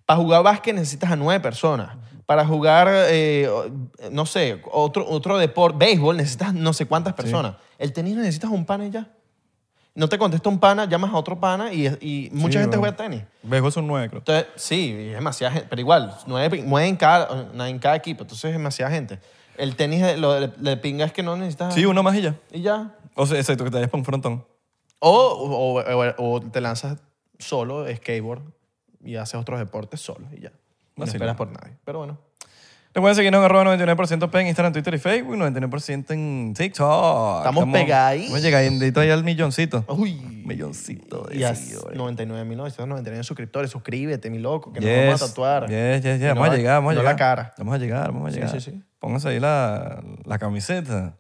Para jugar básquet necesitas a 9 personas. Para jugar, eh, o- no sé, otro, otro deporte, béisbol necesitas no sé cuántas personas. El tenis necesitas un pana y ya. No te contesta un pana, llamas a otro pana y, y mucha Sí, gente bueno. juega tenis. Béisbol son nueve, creo. Entonces, sí, es demasiada gente, pero igual, nueve, nueve en, cada, nueve en cada equipo, entonces es demasiada gente. El tenis, eh, lo de, lo de pinga es que no necesitas... Sí, uno más y ya. Y ya. O sea, exacto, que te vayas para un frontón. O, o- o- o te lanzas solo, skateboard, y haces otros deportes solo y ya. No Vacilón. esperas por nadie, pero bueno. Recuerden seguirnos en arroba 99% P en Instagram, Twitter y Facebook, 99% en TikTok. Estamos pegadí. Estamos llegaditos ahí al milloncito. Uy. Milloncito de Y a seguidores. 99.999 suscriptores. Suscríbete, mi loco, que nos Yes, vamos a tatuar. yes, yes, yes. Y no Vamos a la- llegar, vamos a no llegar. la cara. Vamos a llegar, vamos a llegar. sí, sí. Pónganse ahí la, la camiseta.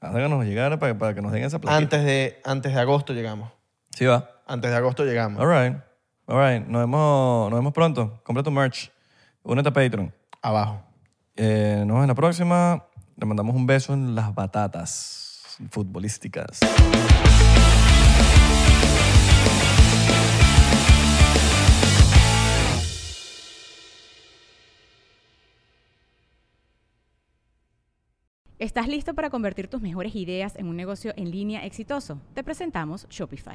Háganos llegar para, para que nos den esa plaquita. Antes de, antes de agosto llegamos. Sí va. Antes de agosto llegamos. All right. All right. Nos vemos, nos vemos pronto. Compra tu merch. Únete a Patreon. Abajo. Eh, nos vemos en la próxima. Le mandamos un beso en las batatas futbolísticas. ¿Estás listo para convertir tus mejores ideas en un negocio en línea exitoso? Te presentamos Shopify.